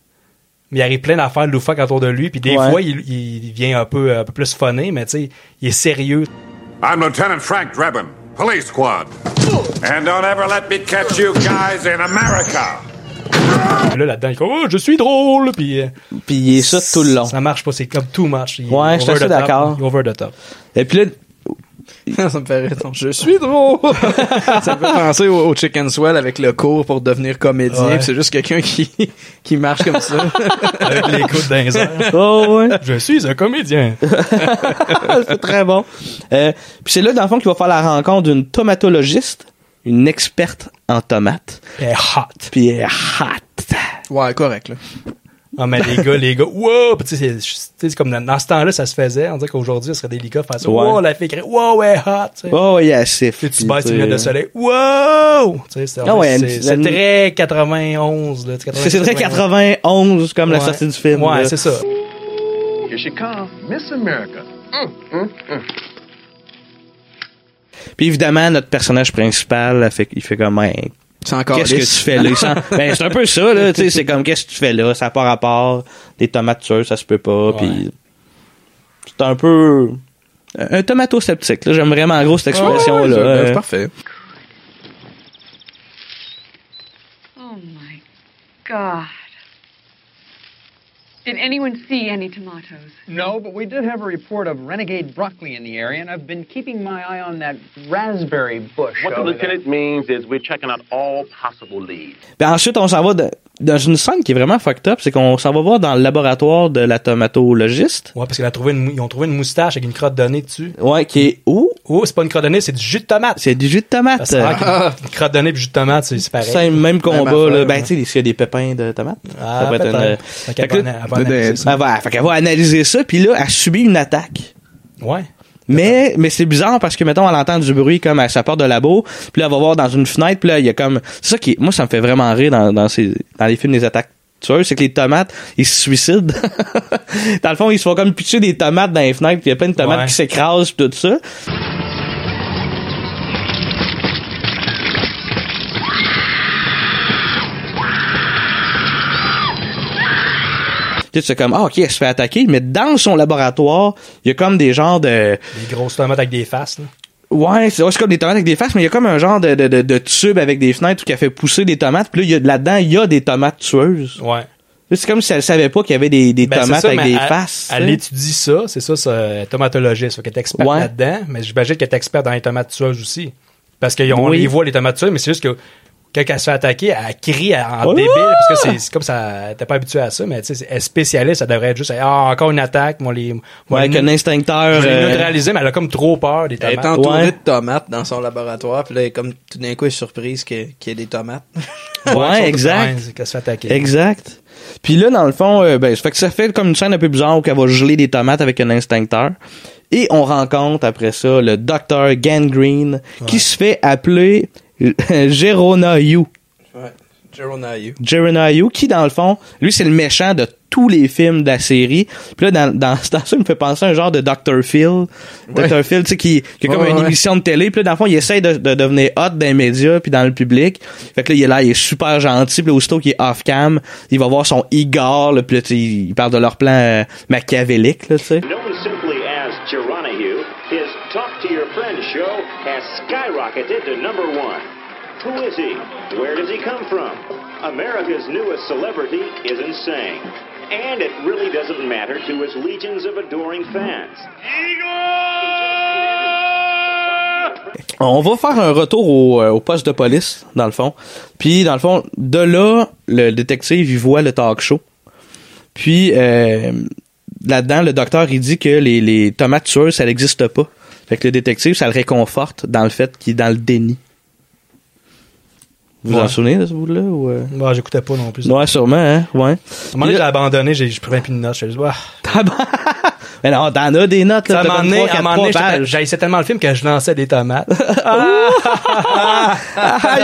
Mais il arrive plein d'affaires loufoques autour de lui, puis des Ouais. fois, il, il vient un peu, un peu plus funné, mais tu sais, il est sérieux. I'm Lieutenant Frank Drebin, police squad. And don't ever let me catch you guys in America. Puis là, là-dedans, il fait Oh, je suis drôle! Puis, euh, Puis il est ça tout le long. Ça marche pas, c'est comme too much. Il est Ouais, je suis assez over the top, d'accord. il est Over the top. Et puis là, ça me fait rire. Je suis drôle. ça me fait penser au, au Chicken Swell avec le cours pour devenir comédien. Ouais. puis C'est juste quelqu'un qui, qui marche comme ça. Avec les coups d'un oh ouais, Je suis un comédien. c'est très bon. Euh, puis c'est là, dans le fond, qu'il va faire la rencontre d'une tomatologiste, une experte en tomates, Et hot. puis elle est hot. ouais, correct. Là. Ah, mais les gars, les gars, wow! Puis tu sais, c'est- tu sais, c'est comme dans, dans ce temps-là, ça se faisait. On dirait qu'aujourd'hui, ce serait des gars faire ça. Ouais. Wow, la fille crie, wow, elle est hot! tu sais. Oh, il est assez Puis tu puis, baisses tu une sais. lunettes de soleil. Wow! Tu sais, c'est Ah ouais, c'est- une- c'est une- très 91. là, tu sais, C'est c'est très 90, 91 comme la Ouais. sortie du film. Ouais, là. c'est ça. Here she comes, Miss America. Puis évidemment, notre personnage principal, elle fait, il fait comme Hein, C'est encore Qu'est-ce que lisse. tu fais là? Il sent- ben, c'est un peu ça, là. tu sais, C'est comme, qu'est-ce que tu fais là? Ça n'a pas rapport. Des tomates tueuses, ça se peut pas. Puis, c'est un peu. euh, Un tomato sceptique, là. J'aime vraiment, en gros, cette expression-là. Ouais, ouais, ouais, Euh, C'est parfait. Oh my God. Did anyone see any tomatoes? No, but we did have a report of renegade broccoli in the area, and I've been keeping my eye on that raspberry bush. What the over there. lieutenant means is we're checking out all possible leads. Puis ensuite, on s'en va de- dans une scène qui est vraiment fucked up, c'est qu'on s'en va voir dans le laboratoire de la tomatologiste. Ouais, parce qu'ils ont trouvé une, mou- ils ont trouvé une moustache avec une crotte de nez dessus. Ouais, qui est où? Oh, c'est pas une crotte de nez, c'est du jus de tomate. C'est du jus de tomate. Parce que ah, une crotte de nez puis jus de tomate, c'est c'est pareil. C'est le même combat, affaire, là. ouais. Ben, tu sais, s'il y a des pépins de tomate, Ah, ça peut être peut-être. une. euh, Fait Fait qu'elle que là, va ana- elle va analyser de- ça. elle va- fait qu'elle va analyser ça, puis là, elle subit une attaque. Ouais. Mais, mais c'est bizarre parce que, mettons, elle entend du bruit comme à sa porte de labo, puis là, elle va voir dans une fenêtre, puis là, il y a comme... C'est ça qui... Moi, ça me fait vraiment rire dans, dans, ces, dans les films des attaques tueuses, c'est que les tomates, ils se suicident. dans le fond, ils se font comme pitcher des tomates dans les fenêtres, puis il y a plein de tomates Ouais. qui s'écrasent, puis tout ça. Tu sais, c'est comme, ah, ok, elle se fait attaquer, mais dans son laboratoire, il y a comme des genres de... Des grosses tomates avec des faces, là. Ouais, c'est ouais, c'est comme des tomates avec des faces, mais il y a comme un genre de, de, de, de tube avec des fenêtres où qui a fait pousser des tomates. Puis là, il y a- là-dedans, il y a des tomates tueuses. Ouais. C'est comme si elle savait pas qu'il y avait des, des Ben, c'est tomates ça, avec mais des elle- faces. Elle, tu sais. étudie ça, c'est ça, ça, tomatologiste. Fait qu'elle est experte Ouais. là-dedans, mais j'imagine qu'elle est experte dans les tomates tueuses aussi. Parce qu'on Oui. les voit, les tomates tueuses, mais c'est juste que quand elle se fait attaquer, elle crie en Oh! débile, parce que c'est- c'est comme ça, t'es pas habitué à ça, mais tu sais, c'est- elle est spécialiste, ça devrait être juste, ah, encore une attaque, moi, les, Ouais, moi, avec un je instincteur. vais les euh, neutraliser, mais elle a comme trop peur des Elle est tomates. entourée Ouais. de tomates dans son laboratoire, puis là, elle est comme tout d'un coup, elle est surprise que- qu'il y ait des tomates. ouais, surtout- exact. ouais, Qu'elle se fait attaquer. Exact. Puis là, dans le fond, euh, ben, ça fait que ça fait comme une scène un peu bizarre où elle va geler des tomates avec un instincteur. Et on rencontre après ça le docteur Gangreen qui se fait appeler Gerona Yu. Jeremiah. Jeremiah, qui dans le fond, lui c'est le méchant de tous les films de la série. Puis là, dans, dans, dans ça, il me fait penser à un genre de Dr. Phil. Dr. Phil, tu sais, qui, qui est comme Ouais, une ouais. émission de télé. Puis là, dans le fond, il essaye de, de devenir hot dans les médias puis dans le public. Fait que là, il est là, il est super gentil. Puis là, aussitôt qu'il est off-cam, il va voir son Igor. Là, puis là, tu sais, il parle de leur plan euh, machiavélique, là, tu sais. Known simply as Geronihue, his Talk to Your Friends show has skyrocketed to number one. Who is he? Where does he come from? America's newest celebrity is insane. And it really doesn't matter to his legions of adoring fans. On va faire un retour au, euh, au poste de police, dans le fond. Puis, dans le fond, de là, le détective, il voit le talk show. Puis, euh, là-dedans, le docteur, il dit que les, les tomates tueuses, ça n'existe pas. Fait que le détective, ça le réconforte dans le fait qu'il est dans le déni. Vous vous en Ouais. souvenez de ce bout-là? Ou euh? Bah, j'écoutais pas non plus. À un Ouais, sûrement, hein? Ouais. moment donné, j'ai abandonné, j'ai j'ai pris un plus de notes. Je suis juste, ouah. Mais non, t'en as des notes, Ça là. à t'as un moment comme donné, trois, à un quatre, moment trois donné, j'étais- pages. j'haïssais tellement le film que je lançais des tomates. Ah,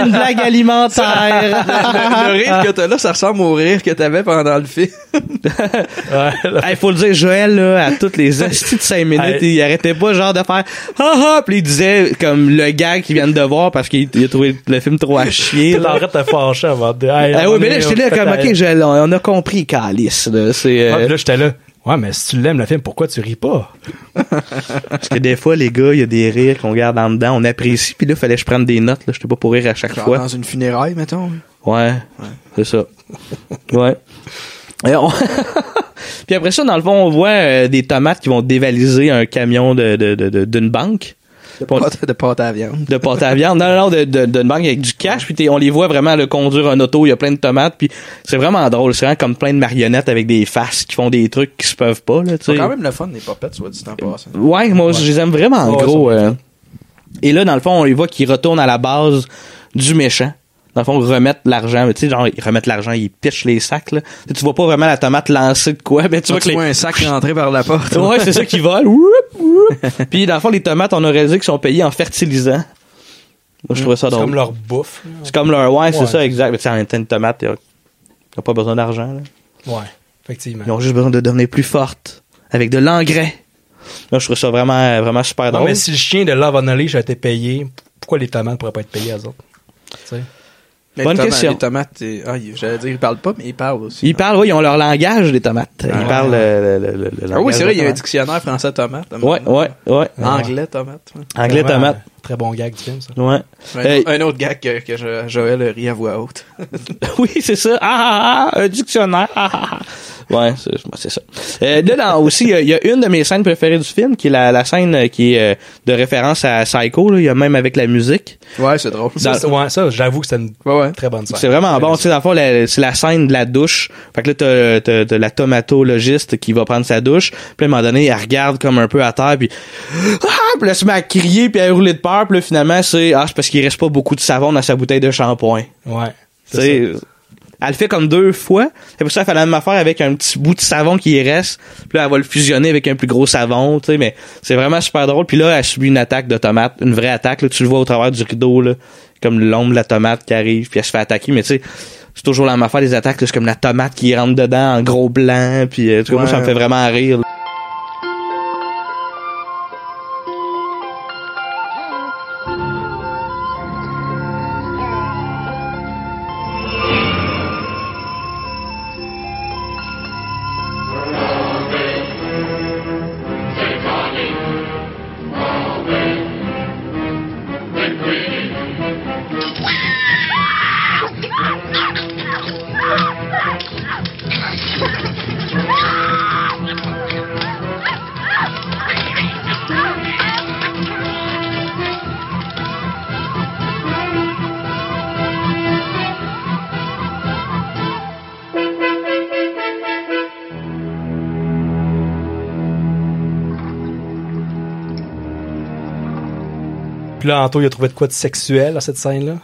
une blague alimentaire! Le rire que t'as là, ça ressemble au rire que t'avais pendant le film. Il faut le dire, Joël, là, à toutes les astuces de 5 minutes, Hey. il arrêtait pas genre de faire ah ah, puis il disait comme le gars qui vient de voir parce qu'il il a trouvé le film trop à chier. T'es là. en train de te fâcher avant de. Hey, Ah on oui, mais là, est- j'étais là on comme, fait ta- ok, Joël, on, on a compris, Calice, là. C'est, euh, Ouais, puis là, j'étais là. Ouais, mais si tu l'aimes, le film, pourquoi tu ris pas? parce que des fois, les gars, il y a des rires qu'on garde en dedans, on apprécie, puis là, fallait que je prenne des notes, là. J'étais pas pour rire à chaque Genre fois. dans une funéraille, mettons. Ouais, c'est ça. ouais. Et on- Puis après ça, dans le fond, on voit euh, des tomates qui vont dévaliser un camion de, de, de- de- d'une banque. De Puis on- pâte, de pâte à la viande. de porte à viande. Non, non, non, de, de, d'une banque avec du cash. Puis t'es- on les voit vraiment le conduire un auto. Il y a plein de tomates. Puis c'est vraiment drôle. C'est vraiment comme plein de marionnettes avec des faces qui font des trucs qui se peuvent pas. Là, tu C'est sais. Ah, quand même le fun des popettes, soit dit en passant. Ouais, moi, je les aime vraiment, en Ouais, gros. ils sont euh. Et là, dans le fond, on les voit qu'ils retournent à la base du méchant. Dans le fond, remettre l'argent. Mais Tu sais, genre, ils remettent l'argent, ils pichent les sacs, là. Tu sais, tu vois pas vraiment la tomate lancer de quoi, mais tu vois que les, un sac rentré par la porte. Ouais, c'est ça qui vole. Whoop, whoop. Puis dans le fond, les tomates, on a réalisé qu'ils sont payés en fertilisant. Moi, je trouvais ça C'est drôle. comme leur bouffe. là. C'est comme leur... Ouais, c'est Ouais. ça, exact. Mais tu sais, en même temps, une tomate, t'as t'as pas besoin d'argent. là. Ouais, effectivement. Ils ont juste besoin de devenir plus fortes avec de l'engrais. Là, je trouve ça vraiment, vraiment super Non, drôle. mais si le chien de Love on a Leash a été payé, pourquoi les tomates pourraient pas être payées à eux autres? Tu sais? Mais Bonne les toma- question. Les tomates, t'es- ah, ils- j'allais dire, ils parlent pas, mais ils parlent aussi. Ils parlent, oui, ils ont leur langage, les tomates. Ils Ah ouais. parlent euh, le, le, le- le Ah oui, langage c'est vrai, des il y a un tomates. dictionnaire français tomate. à un moment Ouais, donné. ouais, Ah. ouais. Anglais tomate. ouais. Anglais, Vraiment, tomates. euh, Très bon gag du film, ça. Ouais. Un, Hey. un autre gag que, que Jo- Joël rit à voix haute. Oui, c'est ça. Ah, ah, ah, un dictionnaire. Ah, ah, ah. Ouais, c'est moi, c'est ça. Euh, là, dans- aussi, il y a- il y, a une de mes scènes préférées du film, qui est la, la scène euh, qui est euh, de référence à Psycho. là. Il y a même avec la musique. Ouais, c'est drôle. Ça, Dans- c'est- ouais, ça, j'avoue que c'est une Ouais, ouais. très bonne scène. C'est vraiment bon. Tu sais, dans le fond, la- c'est la scène de la douche. Fait que là, t'as- t'as t'as la tomatologiste qui va prendre sa douche. Puis à un moment donné, elle regarde comme un peu à terre, puis... Ah! Puis là, elle se met à crier, puis elle rouler de peur. Puis là, finalement, c'est... Ah, c'est parce qu'il reste pas beaucoup de savon dans sa bouteille de shampoing. Ouais. Tu sais, c'est ça. euh, elle le fait comme deux fois. C'est pour ça qu'elle fait la même affaire avec un petit bout de savon qui y reste. Puis là, elle va le fusionner avec un plus gros savon, tu sais, mais c'est vraiment super drôle. Puis là, elle subit une attaque de tomate, une vraie attaque. Là, tu le vois au travers du rideau, là, comme l'ombre de la tomate qui arrive, puis elle se fait attaquer. Mais tu sais, c'est toujours la même affaire des attaques. là. C'est comme la tomate qui rentre dedans en gros blanc. Puis euh, en tout cas, moi, ça me fait vraiment rire. là. Puis là, Anto, il a trouvé de quoi de sexuel à cette scène-là.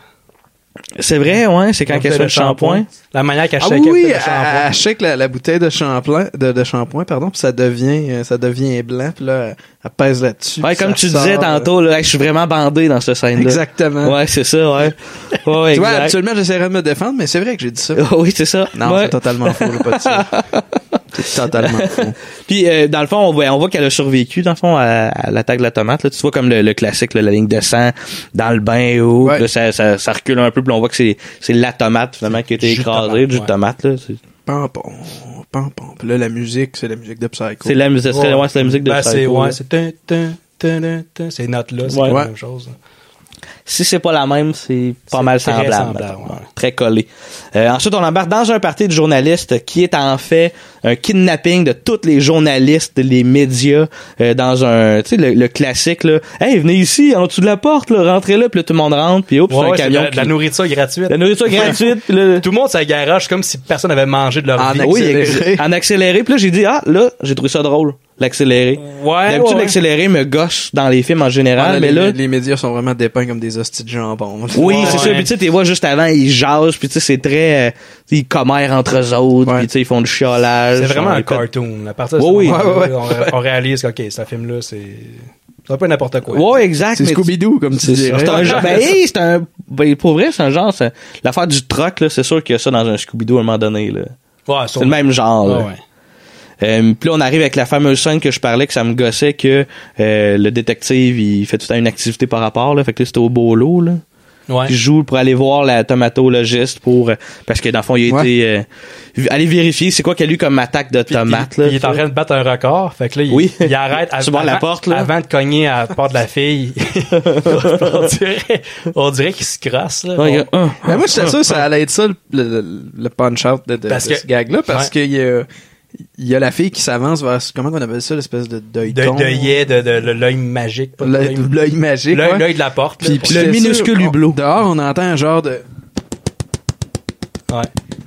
C'est vrai, ouais, c'est quand La qu'elle bouteille fait de le shampoing. La manière qu'elle Ah shakait oui, le shampoing. elle shake la, la bouteille de shampoing, de, de shampoing, pardon, puis ça devient, euh, ça devient euh, blanc, puis là, elle- elle Elle pèse là-dessus. Ouais, puis comme ça tu sort, disais là. tantôt, là, Hey, je suis vraiment bandé dans cette scène-là. Exactement. Ouais, c'est ça, ouais. ouais Tu vois, exact. actuellement, j'essaierais de me défendre, mais c'est vrai que j'ai dit ça. oui, c'est ça. Non, Ouais. c'est totalement faux, là, pas de ça. C'est totalement faux. Puis euh, dans le fond, on voit, on voit qu'elle a survécu dans le fond à, à l'attaque de la tomate. Là. Tu vois comme le, le classique, là, la ligne de sang dans le bain et où Ouais. là, ça, ça, ça recule un peu, puis on voit que c'est c'est la tomate finalement qui a été du écrasée, tomate, du ouais. tomate. là. C'est- Pampon, pampon. Puis là, la musique, c'est la musique de Psycho. C'est la musique, c'est ouais, c'est la musique de Ben, c'est, Psycho, là. ouais, c'est tin, tin, tin, tin, tin. Ces notes-là, c'est Ouais. pas Ouais. la même chose. Si c'est pas la même, c'est pas C'est mal très semblable. semblable, mettons. hein, ouais. Très collé. Euh, ensuite, on embarque dans un parti de journalistes qui est en fait un kidnapping de tous les journalistes, les médias, euh, dans un, tu sais, le, le classique, là. Hey, venez ici, en dessous de la porte, là, rentrez là, puis là, tout le monde rentre, puis oups, Ouais, c'est un ouais, c'est de camion. la, de la qui- nourriture gratuite. la nourriture gratuite, puis là, Tout le monde, ça garoche comme si personne n'avait mangé de leur En vie. oui, accéléré. ex- en accéléré. Puis là, j'ai dit, ah, là, j'ai trouvé ça drôle, l'accéléré. Ouais, D'habitude, ouais. l'accéléré me gauche dans les films en général, Ah, mais les, là... les médias sont vraiment dépeints comme des hosties de jambon. Oui, Ouais. c'est ça. Puis tu sais, t'es vois juste avant, ils jasent, puis tu sais, c'est très... euh, tu sais, ils commèrent entre eux autres, Ouais. puis tu sais, ils font du chiolage. C'est vraiment Genre, un ils pètent- cartoon. À partir de Oui, oui. ce moment-là, Ouais, ouais. on- On, réalise que, OK, ce film-là, c'est. C'est un peu n'importe quoi. Ouais, exact. C'est mais tu- Scooby-Doo, comme tu C'est ça, dirais. c'est un genre, ben, hey, c'est un, ben, pour vrai, c'est un genre, c'est- l'affaire du troc, là, c'est sûr qu'il y a ça dans un Scooby-Doo à un moment donné, là. Ouais, C'est le même genre, là. Ouais, ouais. Euh, puis là, on arrive avec la fameuse scène que je parlais, que ça me gossait, que euh, le détective, il fait tout le temps une activité par rapport. Là, fait que là, c'était au bolo. Là. Ouais. Puis il joue pour aller voir la tomatologiste pour... euh, parce que dans le fond, il a Ouais. été... euh, v- aller vérifier c'est quoi qu'elle a eu comme attaque de tomate. Puis, là, il est en train de battre un record. Fait que là, il, Oui. il arrête av- Tu vois la avant- porte, là. avant de cogner à la porte de la fille. on dirait, on dirait qu'il se crasse. Là. Ouais, il y a- On- Ah. Ben, moi, j'étais sûr que ça allait être ça, le, le- le punch-out de, de- Parce de que- ce gag-là, parce Ouais. qu'il y a, il y a la fille qui s'avance vers, ce- comment on appelle ça, l'espèce de de, deuil-ton? de yet, de, de- le- l'œil magique. pas de L'œil l'œil magique, l'œil- ouais. l'œil de la porte. là. Puis, puis Le j'étais sûr minuscule qu'on- hublot. Dehors, on entend un genre de... Ouais.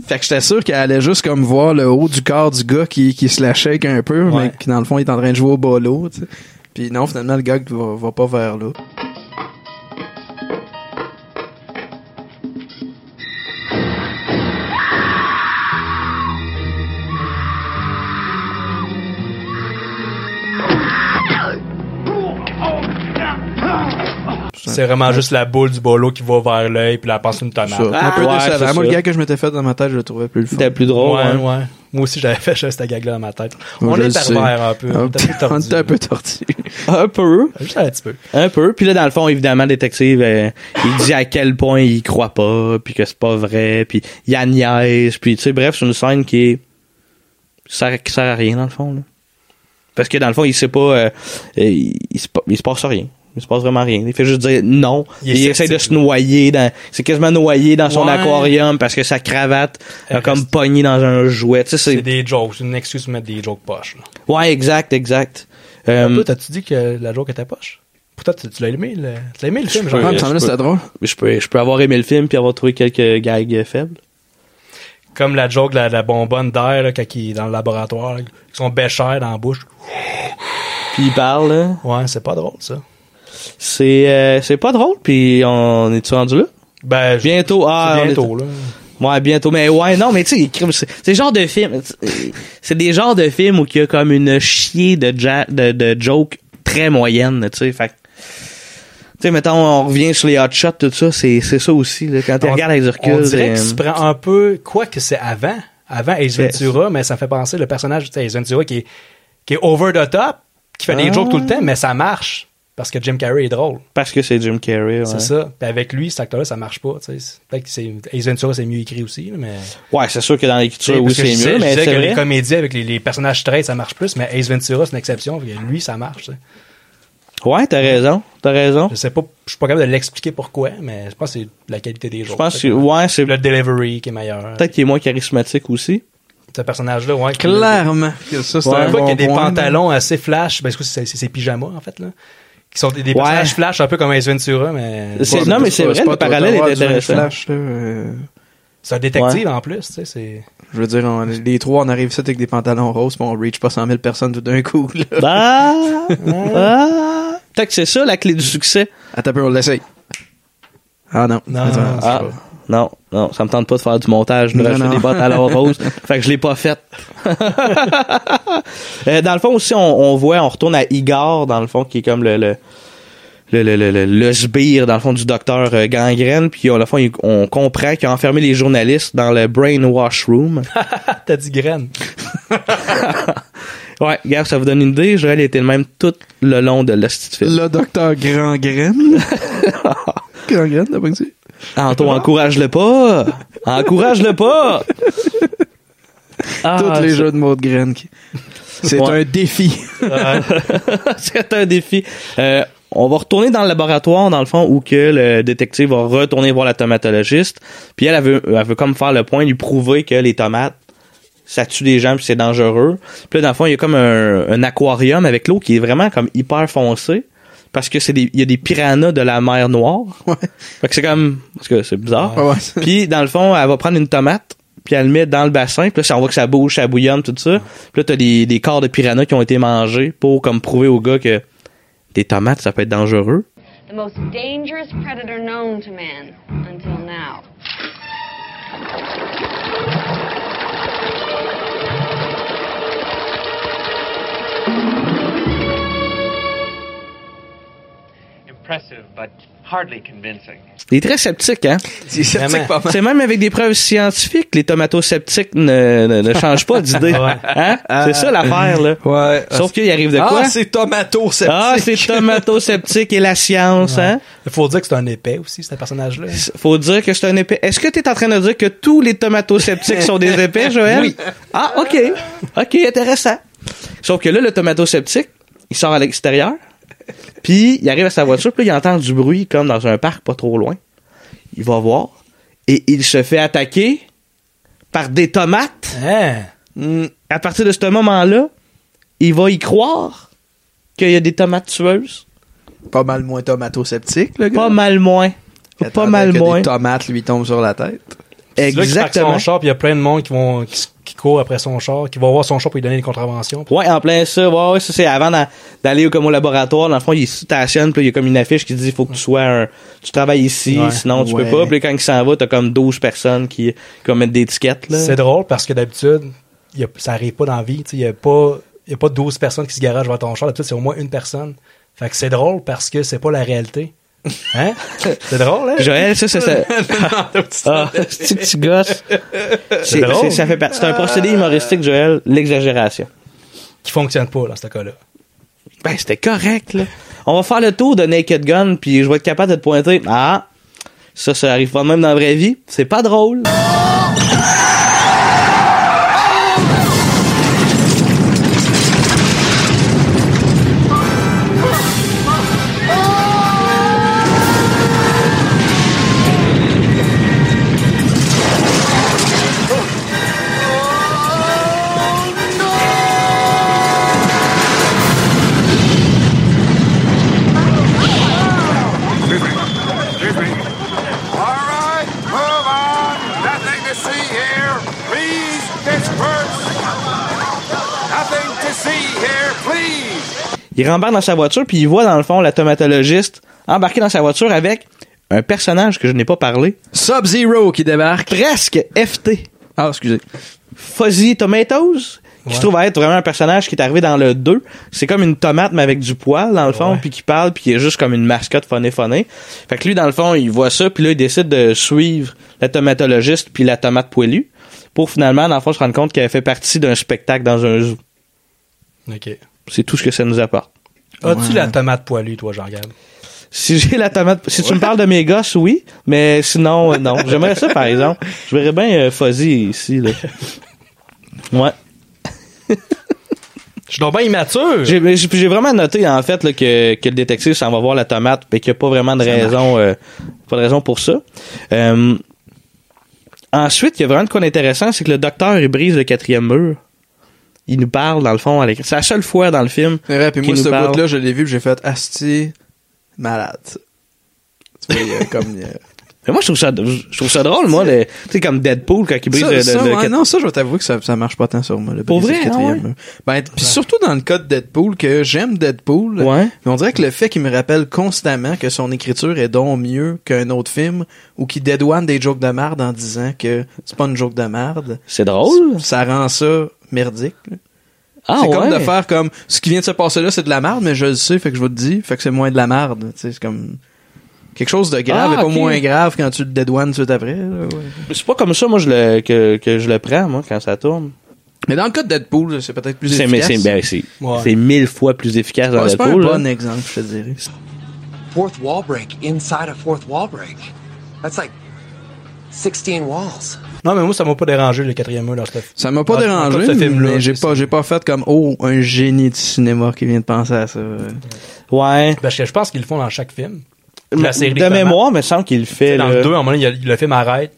Fait que j'étais sûr qu'elle allait juste comme voir le haut du corps du gars qui, qui se la shake un peu, Ouais. mais qui dans le fond il est en train de jouer au bolo. tu sais. Puis non, finalement le gars qui va, va pas vers là. C'est vraiment juste la boule du bolo qui va vers l'œil puis la pense une Ça, tomate. un peu Bah, ouais, décevant. c'est Moi, le ça. gars que je m'étais fait dans ma tête, je le trouvais plus le fun. C'était plus drôle. ouais, hein. ouais. Moi aussi, j'avais fait juste cette gag-là dans ma tête. Moi, on je est le sais. pervers un peu. On On est un peu tordu. était un Un peu tordu. peu. Juste un petit peu. Un peu. Puis là, dans le fond, évidemment, le détective, euh, il dit à quel point il croit pas, puis que c'est pas vrai, puis il a niaise, puis tu sais, bref, c'est une scène qui est... qui sert, qui sert à rien, dans le fond. là. Parce que dans le fond, il sait pas... euh, euh, il, il se, pa- il se passe rien. Il se passe vraiment rien. Il fait juste dire non. Il et est il essaie de sceptique, se noyer dans... C'est quasiment noyé dans son Ouais. aquarium parce que sa cravate Elle a comme reste- pogné dans un jouet. Tu sais, C'est c'est... des jokes. C'est une excuse pour mettre des jokes poches. là. Ouais, exact, exact. Toi, Euh, t'as-tu dit que la joke était poche? Pourtant, tu, tu l'as aimé, le, tu l'as aimé le film, peux- genre. Ouais, me semblait que c'était drôle. je peux, je peux avoir aimé le film puis avoir trouvé quelques gags euh, faibles. Comme la joke de la, la bonbonne d'air, là, quand il est dans le laboratoire, là, ils sont béchères dans la bouche. Puis il parle, hein. Ouais, c'est pas drôle, ça. C'est euh, c'est pas drôle, puis on est-tu rendu là? Ben, je- Bientôt, ah, c'est on est- bientôt, là. Ouais, bientôt, mais ouais, non, mais tu sais, il crée- c'est c'est le genre de film, c'est- c'est des genres de films où il y a comme une chier de, ja- de, de jokes très moyenne, tu sais, fait que- tu sais, mettons, on revient sur les hot shots, tout ça, c'est c'est ça aussi, là, quand tu On- regardes avec du recul. On dirait euh, qu'il se prend un peu, quoi que c'est avant, avant Ace C'est- Ventura, mais ça me fait penser le personnage de Ace Ventura qui est, qui est over the top, qui fait Ah. des jokes tout le temps, mais ça marche parce que Jim Carrey est drôle. Parce que c'est Jim Carrey, ouais. C'est ça. Puis avec lui, cet acteur-là, ça marche pas. tu sais. C'est- Peut-être que c'est- Ace Ventura, c'est mieux écrit aussi, là, mais. Ouais, c'est sûr que dans Tu sais, l'écriture, oui, parce que c'est je disais- mieux, je mais disais c'est que les vrai. comédies avec les, les personnages straight, ça marche plus, mais Ace Ventura, c'est une exception. parce que Lui, ça marche. tu sais. Ouais, t'as raison, t'as raison. Je sais pas, je suis pas capable de l'expliquer pourquoi, mais je pense que c'est la qualité des Je jokes. pense que, Peut-être ouais, c'est le delivery qui est meilleur. peut-être qu'il est moins charismatique aussi. Ce personnage-là, ouais. qui- Clairement. que Ça, c'était Ouais. un Tu vois bon qu'il y a des point. pantalons assez flash, parce que c'est c'est ses pyjamas, en fait, là. Qui sont des, des Ouais. personnages flash un peu comme Ace Ventura, mais. C'est- non, mais c'est pas- vrai, pas le toi, parallèle t'as est droit à du intéressant. flash, là, euh, C'est un détective en plus, tu sais. c'est- Je veux dire, on- les trois, on arrive ici avec des pantalons roses, puis on reach pas 100 000 personnes tout d'un coup. Là. Bah, bah. Peut-être que c'est ça la clé du succès. Attends un peu, on l'essaye. Ah non. Non, Attends, non, c'est Ah, pas- Non, non, ça me tente pas de faire du montage, de Non, racheter non. des bottes à l'or rose. fait que je l'ai pas fait. Euh, dans le fond aussi, on, on voit, on retourne à Igor, dans le fond, qui est comme le le, le, le, le- le- le sbire, dans le fond, du docteur euh, Gangrène. Puis, dans le fond, il- on comprend qu'il a enfermé les journalistes dans le brainwash room. T'as dit graine. ouais, regarde, ça vous donne une idée. Joël était le même tout le long de l'hostie de film. Le docteur Grand Graine. Grand Graine, t'as pas dit? Anto, encourage-le pas! Encourage-le pas! Ah, Tous les ça- jeux de mots de graine. qui- C'est Ouais. un défi. c'est un défi. Euh, on va retourner dans le laboratoire, dans le fond, où que le détective va retourner voir la tomatologiste. Puis elle, elle veut, elle veut comme faire le point, lui prouver que les tomates, ça tue des gens, puis c'est dangereux. Puis là, dans le fond, il y a comme un, un aquarium avec l'eau qui est vraiment comme hyper foncée. Parce que c'est des, il y a des piranhas de la mer Noire. Ouais. Fait que c'est comme, parce que c'est bizarre. Ouais, ouais, c'est- Puis dans le fond, elle va prendre une tomate, puis elle le met dans le bassin, puis là, ça, on voit que ça bouge, ça bouillonne, tout ça. Puis là, t'as des, des corps de piranha qui ont été mangés pour comme prouver au gars que des tomates, ça peut être dangereux. The most dangerous predator known to man until now. Impressive, but hardly convincing. Il est très sceptique, hein? C'est sceptique pas mal. C'est même avec des preuves scientifiques, les tomato-sceptiques ne, ne, ne changent pas d'idée. Ouais. Euh, Hein? C'est ça l'affaire, là. Ouais. Sauf qu'il arrive de euh, quoi? Ah, c'est tomato sceptique. Ah, c'est tomato-sceptique et la science, hein? Il faut dire que c'est un épais aussi, ce personnage-là. Faut dire que c'est un épais. Est-ce que t'es en train de dire que tous les tomato-sceptiques sont des épais, Joël? Oui. Ah, OK. OK, intéressant. Sauf que là, le tomato-sceptique, il sort à l'extérieur, puis il arrive à sa voiture, puis là, il entend du bruit comme dans un parc pas trop loin. Il va voir, et il se fait attaquer par des tomates. Hein? Mm. À partir de ce moment-là, il va y croire qu'il y a des tomates tueuses. Pas mal moins tomato sceptique, le gars. Pas mal moins. Pas Attendez mal que moins. Des tomates lui tombent sur la tête. C'est là qu'il parque Exactement. son char, puis il y a plein de monde qui vont qui, s- qui courent après son char, qui vont voir son char pour lui donner des contraventions. Ouais, en plein ça, ouais, ouais, ça c'est avant d'a- d'aller comme au laboratoire, dans le fond, il stationne, puis là, il y a comme une affiche qui dit il faut que tu sois un tu travailles ici, Ouais. sinon tu Ouais. peux pas. Puis là, quand il s'en va, t'as comme 12 personnes qui, qui vont mettre des étiquettes là. C'est drôle parce que d'habitude, il y a- ça arrive pas dans la vie. tu sais, Il n'y a, pas- il y a pas 12 personnes qui se garagent vers ton char. D'habitude, c'est au moins une personne. Fait que c'est drôle parce que c'est pas la réalité. Hein? c'est drôle, hein? Joël, ça, c'est ça. ah, c'est petit gosse. C'est drôle. c'est- ça fait partie- C'est un procédé humoristique, Joël, l'exagération. Qui fonctionne pas dans ce cas-là. Ben, c'était correct, là. On va faire le tour de Naked Gun, puis je vais être capable de te pointer. Ah, ça, ça arrive pas de même dans la vraie vie. C'est pas drôle. Move on! Nothing to see here! Please disperse! Nothing to see here, please! Il rembarque dans sa voiture, puis il voit, dans le fond, la tomatologiste embarquer dans sa voiture avec un personnage que je n'ai pas parlé. Sub-Zero qui débarque. Presque FT. Ah, excusez. Fuzzy Tomatoes, qui Ouais. se trouve à être vraiment un personnage qui est arrivé dans le 2. C'est comme une tomate, mais avec du poil, dans le fond, Ouais. puis qui parle, puis qui est juste comme une mascotte funny funny. Fait que lui, dans le fond, il voit ça, puis là, il décide de suivre la tomatologiste puis la tomate poilue, pour finalement, dans le fond, se rendre compte qu'elle fait partie d'un spectacle dans un zoo. OK. C'est tout ce que ça nous apporte. As-tu la tomate poilue, toi, Jean-Gab? Si j'ai la tomate, si tu me parles de mes gosses, oui, mais sinon, euh, non. J'aimerais ça, par exemple. Je verrais bien euh, Fuzzy ici, là. Ouais. Je suis donc bien Euh. immature! J'ai- mais J'ai j'ai vraiment noté, en fait, là, que, que le détective s'en va voir la tomate, mais qu'il n'y a pas vraiment de raison, euh, pas de raison pour ça. Euh, ensuite, il y a vraiment de quoi d'intéressant, c'est que le docteur, il brise le quatrième mur. Il nous parle, dans le fond, à l'écran. C'est la seule fois dans le film. C'est vrai, puis qu'il moi, nous ce parle. bout-là, je l'ai vu, puis j'ai fait Asti, malade. Tu vois, il y a comme. il y a- Mais moi, je trouve ça, je trouve ça drôle, moi, le- tu sais, comme Deadpool quand il brise Ça, le, ça, le- le ouais, quat- Non, ça, je vais t'avouer que ça, ça marche pas tant sur moi. Le Pour briser le vrai, ah quatrième, ouais? là. Ben, puis surtout dans le cas de Deadpool, que j'aime Deadpool. Mais on dirait que le fait qu'il me rappelle constamment que son écriture est donc mieux qu'un autre film ou qu'il dédouane des jokes de merde en disant que c'est pas une joke de merde. C'est drôle. Ça rend ça merdique. là. Ah, c'est comme ouais? de faire comme ce qui vient de se passer là, c'est de la merde, mais je le sais, fait que je vais te dire, fait que c'est moins de la merde. Tu sais, C'est comme quelque chose de grave Ah, et pas ok. moins grave quand tu le dédouanes tout de suite après. là, ouais. C'est pas comme ça, moi, je le, que, que je le prends, moi, quand ça tourne. Mais dans le cas de Deadpool, c'est peut-être plus C'est, mais efficace. c'est, ben, c'est, Ouais. c'est mille fois plus efficace dans Ouais, c'est pas un Deadpool. bon là. exemple, je te dirais. Fourth wall break inside a fourth wall break. That's like 16 walls. Non, mais moi, ça m'a pas dérangé, le quatrième mur, dans ce film. Ça m'a pas Dans- dans dérangé, ce film-là, mais j'ai c'est pas, j'ai pas fait comme, oh, un génie du cinéma qui vient de penser à ça. Ouais. Parce que je pense qu'ils le font dans chaque film. Mais- La série, de notamment. mémoire, il me semble qu'il le fait. Dans là. le 2, à un moment donné, il y a- le film arrête.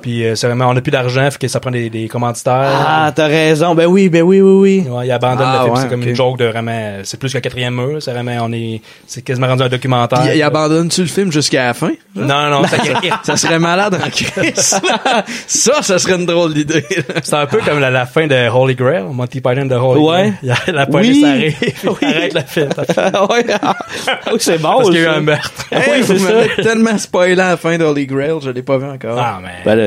Puis euh, c'est vraiment, on n'a plus d'argent, fait que ça prend des, des commanditaires. Ah, t'as raison. Ben oui, ben oui, oui, oui. Ouais, il abandonne Ah, le film. ouais, c'est comme ok. une joke de vraiment. euh, C'est plus qu'un quatrième mur. C'est vraiment, on est. C'est quasiment rendu un documentaire. Il, il abandonne-tu le film jusqu'à la fin? Non, non, ça- ça serait malade en crise. ça, ça serait une drôle d'idée. C'est un peu comme la, la fin de Holy Grail, Monty Python de Holy Ouais. Grail. Il y a- La police Oui. arrive, il arrête le film. ouais. Ah oui, c'est bon. Parce qu'il y a eu ça. un ben- meurtre. oui, c'est vous ça. m'avez tellement spoilé la fin d'Holy Grail, je l'ai pas vu encore. Ah, mais. Ben là,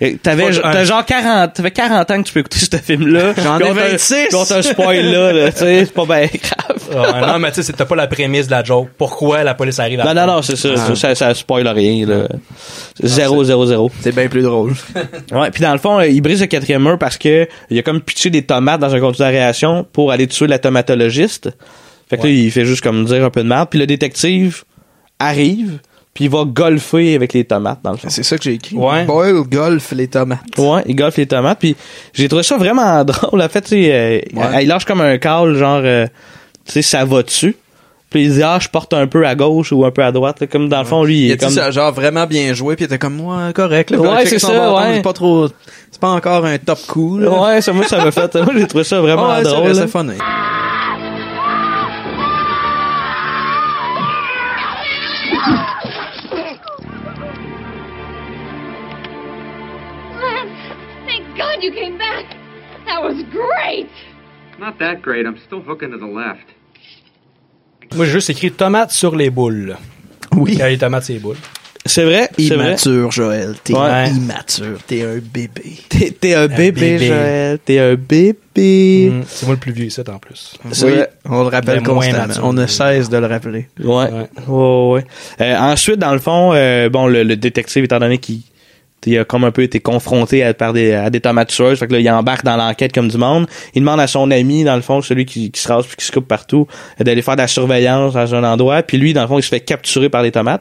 eh, T'avais, Pas- t'as genre 40, t'avais 40 ans que tu peux écouter ce film-là. J'en ai Puis on t'a- 26. puis on t'a spoil là, là, tu sais, c'est pas bien grave. Ah, non, mais tu sais, c'est- t'as pas la prémisse de la joke. Pourquoi la police arrive Non, non, non, c'est ça, Ah. ça, ça, ça spoil rien, là. Zéro, zéro, zéro. C'est bien plus drôle. ouais, puis dans le fond, euh, il brise le quatrième mur parce que euh, il a comme pitché des tomates dans un conduit d'aération pour aller tuer la tomatologiste. Fait que là, il fait juste comme dire un peu de merde. Puis le détective arrive, puis il va golfer avec les tomates, dans le fond. C'est ça que j'ai écrit. Ouais. Boyle golf les tomates. Ouais, il golfe les tomates. Puis j'ai trouvé ça vraiment drôle. En fait, tu sais, euh, Ouais. il lâche comme un call, genre, euh, tu sais, ça va dessus. Puis il dit, ah, je porte un peu à gauche ou un peu à droite. là. Comme dans le fond, lui, il Il est a dit comme... ça, genre vraiment bien joué, puis il était comme, ouais, correct. Là, Puis Ouais, on check c'est son ça, bâton, ouais. C'est pas trop, c'est pas encore un top cool. là. Ouais, ça, moi, ça m'a fait... Moi, j'ai trouvé ça vraiment Ouais, c'est drôle. vrai, là. c'est fun. hein. Lance, thank God you came back. That was great. Not that great. I'm still hooking to the left. Moi, j'ai juste écrit tomates sur les boules. Oui. Il y a les tomates sur les boules. C'est vrai, c'est vrai. Immature, Joël. T'es Ouais. immature. T'es un bébé. T'es, t'es un bébé, bébé. Joël. T'es un bébé. Mm, C'est moi le plus vieux ici, en plus. C'est vrai. on le rappelle Mais moins constamment. mature. On ne cesse de le rappeler. Ouais. Ouais, ouais, ouais. Euh, ensuite, dans le fond, euh, bon, le, le détective, étant donné qu'il il a comme un peu été confronté à, par des, à des tomates tueuses, fait que là, il embarque dans l'enquête comme du monde. Il demande à son ami, dans le fond, celui qui, qui se rase puis qui se coupe partout, euh, d'aller faire de la surveillance dans un endroit. Puis lui, dans le fond, il se fait capturer par les tomates.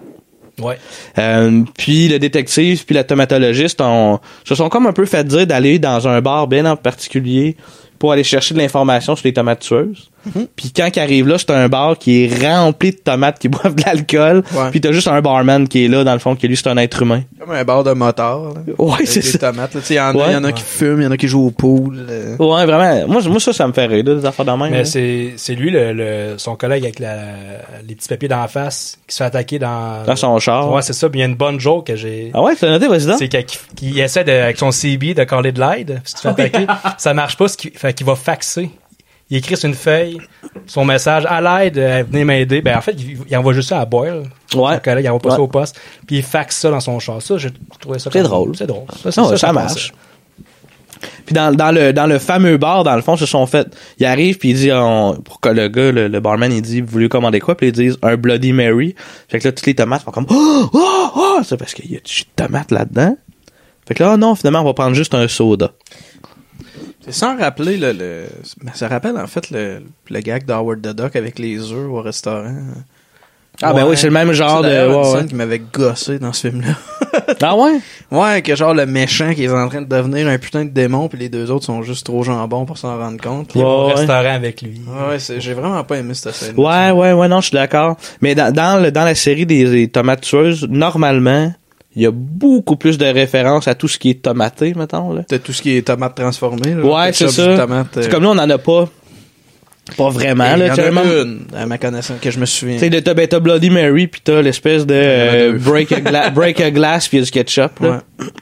Ouais. Euh, puis le détective, puis la tomatologiste ont, se sont comme un peu fait dire d'aller dans un bar bien en particulier pour aller chercher de l'information sur les tomates tueuses. Puis quand ils arrivent là, c'est un bar qui est rempli de tomates qui boivent de l'alcool. Ouais. Puis t'as juste un barman qui est là, dans le fond, qui lui, c'est un être humain. Comme un bar de moteur. là. Ouais, Avec c'est des ça. tomates. là. Tu sais, Il y en a, Ouais. il y en a qui fument, il y en a qui jouent au pool. euh. Ouais, vraiment. Moi, je- moi ça, ça me fait rire, là, des affaires de même. Mais là. c'est c'est lui, le, le- son collègue avec la- les petits papiers d'en face, qui se fait attaquer dans. Dans son char. Ouais, c'est ça. Puis il y a une bonne joke que j'ai. Ah ouais, t'as noté, vas-y donc. C'est qu'il qu'il essaie de, avec son CB de coller de l'aide, parce qu'il se fait attaquer. ça marche pas, ce qui, fait qu'il va faxer. Il écrit sur une feuille son message à l'aide, euh, venez m'aider. Ben, en fait, il, il envoie juste ça à Boyle. Ouais. Son collègue, il envoie pas ça Ouais. au poste. Puis il faxe ça dans son char. Ça, j'ai trouvé ça C'est comme- drôle. C'est drôle. c'est Non, je ça pense, marche. Puis dans, dans le dans le fameux bar, dans le fond, se sont fait. Il arrive puis il dit on- pour que le gars, le, le barman, il dit vous voulez commander quoi Puis ils disent un Bloody Mary. Fait que là toutes les tomates font comme oh oh oh c'est parce qu'il y a du jus de tomate là-dedans. Fait que là Ah non finalement on va prendre juste un soda. C'est sans rappeler le, le- mais ça rappelle en fait le, le gag d'Howard the Duck avec les œufs au restaurant. Ah, ben oui, c'est le même genre C'est de- d'ailleurs ouais, une ouais. scène qui m'avait gossé dans ce film-là. ah ouais? Ouais, que genre le méchant qui est en train de devenir un putain de démon, puis les deux autres sont juste trop jambons pour s'en rendre compte. Il va au Ouais, ouais. restaurant avec lui. Ouais, ouais, c'est- j'ai vraiment pas aimé cette scène. Ouais ouais ouais non je suis d'accord. Mais dans dans, le- dans la série des, des tomates tueuses normalement il y a beaucoup plus de références à tout ce qui est tomaté mettons là. T'as tout ce qui est tomate transformée. là, Ouais ketchup c'est sur ça. tomate, euh, C'est comme là on en a pas. Pas vraiment, Il là. y en tu sais, un a moment- une, à ma connaissance, que je me souviens. Tu sais, là, t'as ben, t'as Bloody Mary, puis t'as l'espèce de euh, break, a gla- break a glass, puis il y a du ketchup. là.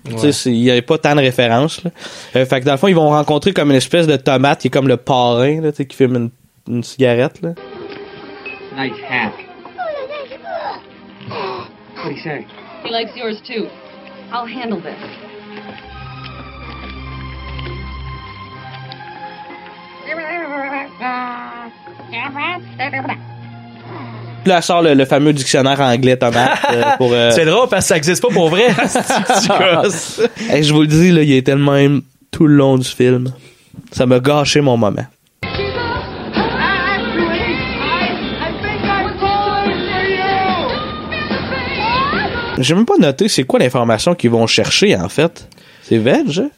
Tu sais, c'est- Il n'y avait pas tant de références. là. Euh, fait que dans le fond, ils vont rencontrer comme une espèce de tomate qui est comme le parrain là, tu sais, qui fume une, une cigarette. Là. Nice hat. What do you say? He likes yours too. I'll handle this. Puis là, elle sort le, le fameux dictionnaire anglais tomate euh, pour. euh, C'est drôle parce que ça existe pas pour vrai. Hey, je vous le dis, là, il était le même tout le long du film. Ça m'a gâché mon moment. J'ai même pas noté c'est quoi l'information qu'ils vont chercher, en fait. C'est veg, hein?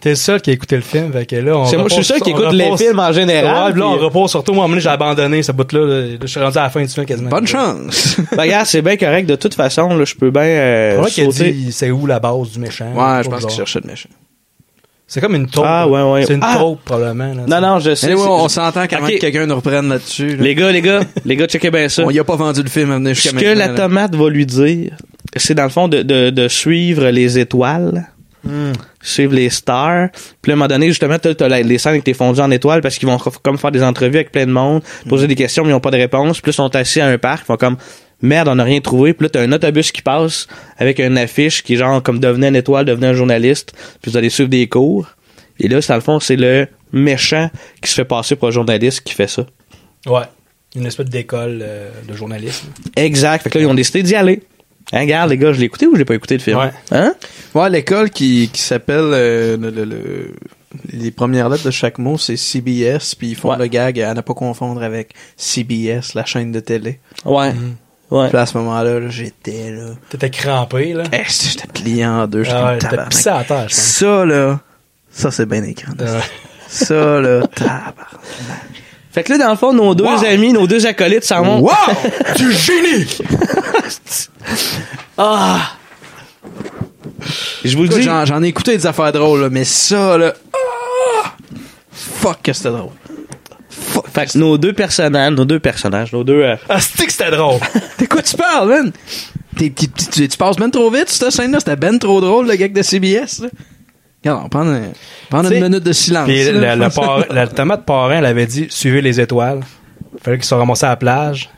T'es le seul qui a écouté le film, fait que là, on C'est moi, je suis le repose- seul qui on écoute les repose- films en général, Ouais, puis là, on puis- repose surtout. Moi, à un moment donné, j'ai abandonné ce bout-là. là. Là, Je suis rendu à la fin du film quasiment. Bonne chance! Ben, regarde, c'est bien correct. De toute façon, là, je peux bien euh, Faudrait qu'il sauter. dit c'est où la base du méchant. Ouais, je Pas pense qu'il bizarre. cherchait le méchant. C'est comme une taupe. Ah, ouais, ouais. C'est une Ah! taupe, probablement. là. Non, non, je sais. Anyway, c'est- on s'entend qu'avant Ok. que quelqu'un nous reprenne là-dessus. là. Les gars, les gars, les gars, checkez bien ça. On y a pas vendu le film à venir Ce jusqu'à que maintenant. la là. tomate va lui dire, c'est dans le fond de, de, de suivre les étoiles. suivre les stars. Puis là, à un moment donné, justement, t'as, t'as la- les scènes que t'es fondu en étoiles parce qu'ils vont f- comme faire des entrevues avec plein de monde, poser des questions, mais ils n'ont pas de réponse. Puis là, ils sont assis à un parc, ils font comme merde, on n'a rien trouvé. Puis là, t'as un autobus qui passe avec une affiche qui est genre comme devenez une étoile, devenez un journaliste. Puis vous allez suivre des cours. Et là, c'est dans le fond, c'est le méchant qui se fait passer pour un journaliste qui fait ça. Ouais. Une espèce d'école euh, de journalisme. Exact. Fait que là, ils ont décidé d'y aller. Hein, regarde, les gars, je l'ai écouté ou je l'ai pas écouté le film? Ouais. Hein? Ouais, l'école qui, qui s'appelle euh, le- le- le- les premières lettres de chaque mot, c'est CBS, puis ils font le gag à ne pas confondre avec CBS, la chaîne de télé. Ouais. Ouais. Puis à ce moment-là, là, j'étais là. T'étais crampé, là. Eh, j'étais plié en deux, j'étais Ah comme ouais, hein. t'étais tabarnak. pissé à terre, je pense. Ah. Ça là, ça c'est bien écran. Ça là, tabarnak. Fait que là, dans le fond, nos deux amis, nos deux acolytes s'en vont. Wow! du génie! ah! Je vous le dis. J'en j'en ai écouté des affaires drôles, là, mais ça là. ah! Fuck que c'était drôle. Fait que nos deux personnages, nos deux personnages, nos deux. euh, Ah, c'est que c'était drôle. De quoi tu parles, man? T'es- tu- tu- tu, tu passes ben trop vite, cette scène-là. C'était ben trop drôle, le gag de CBS. Là. Regarde, on prend, un- prend T'sais, une minute de silence. Puis là, le- je le pense. par- la tomate parrain, elle avait dit suivez les étoiles. Fallait qu'ils soient ramassés à la plage.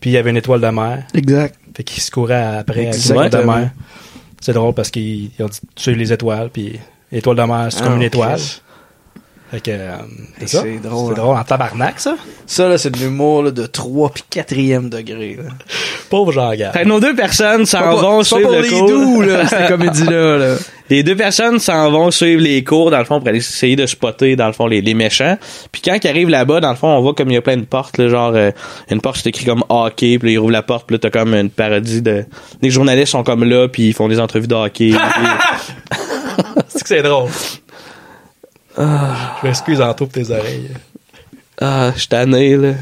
Puis il y avait une étoile de mer. Exact. Fait qu'ils se couraient après avec Exactement. l'étoile de mer. C'est drôle parce qu'ils ils ont dit suivez les étoiles. Puis l'étoile de mer, c'est Ah, comme une Chris. étoile. Fait que. euh, c'est Hey, ça. c'est drôle, C'est hein. drôle en tabarnak, ça. Ça, là, c'est de l'humour là, de 3 puis 4e degré. là. Pauvre Jean-Gare. Fait que nos deux personnes Pas s'en pour- vont pas suivre pour le les cours. doux, là, cette comédie-là, là. Les deux personnes s'en vont suivre les cours, dans le fond, pour aller essayer de spotter, dans le fond, les, les méchants. Puis quand ils arrivent là-bas, dans le fond, on voit comme il y a plein de portes, là, genre, euh, une porte, c'est écrit comme hockey, puis là, ils ouvrent la porte, puis là, t'as comme une parodie de. Les journalistes sont comme là, puis ils font des entrevues de hockey. puis- c'est que c'est drôle. Ah. Je m'excuse en tout pour tes oreilles. Ah, je suis tanné, là.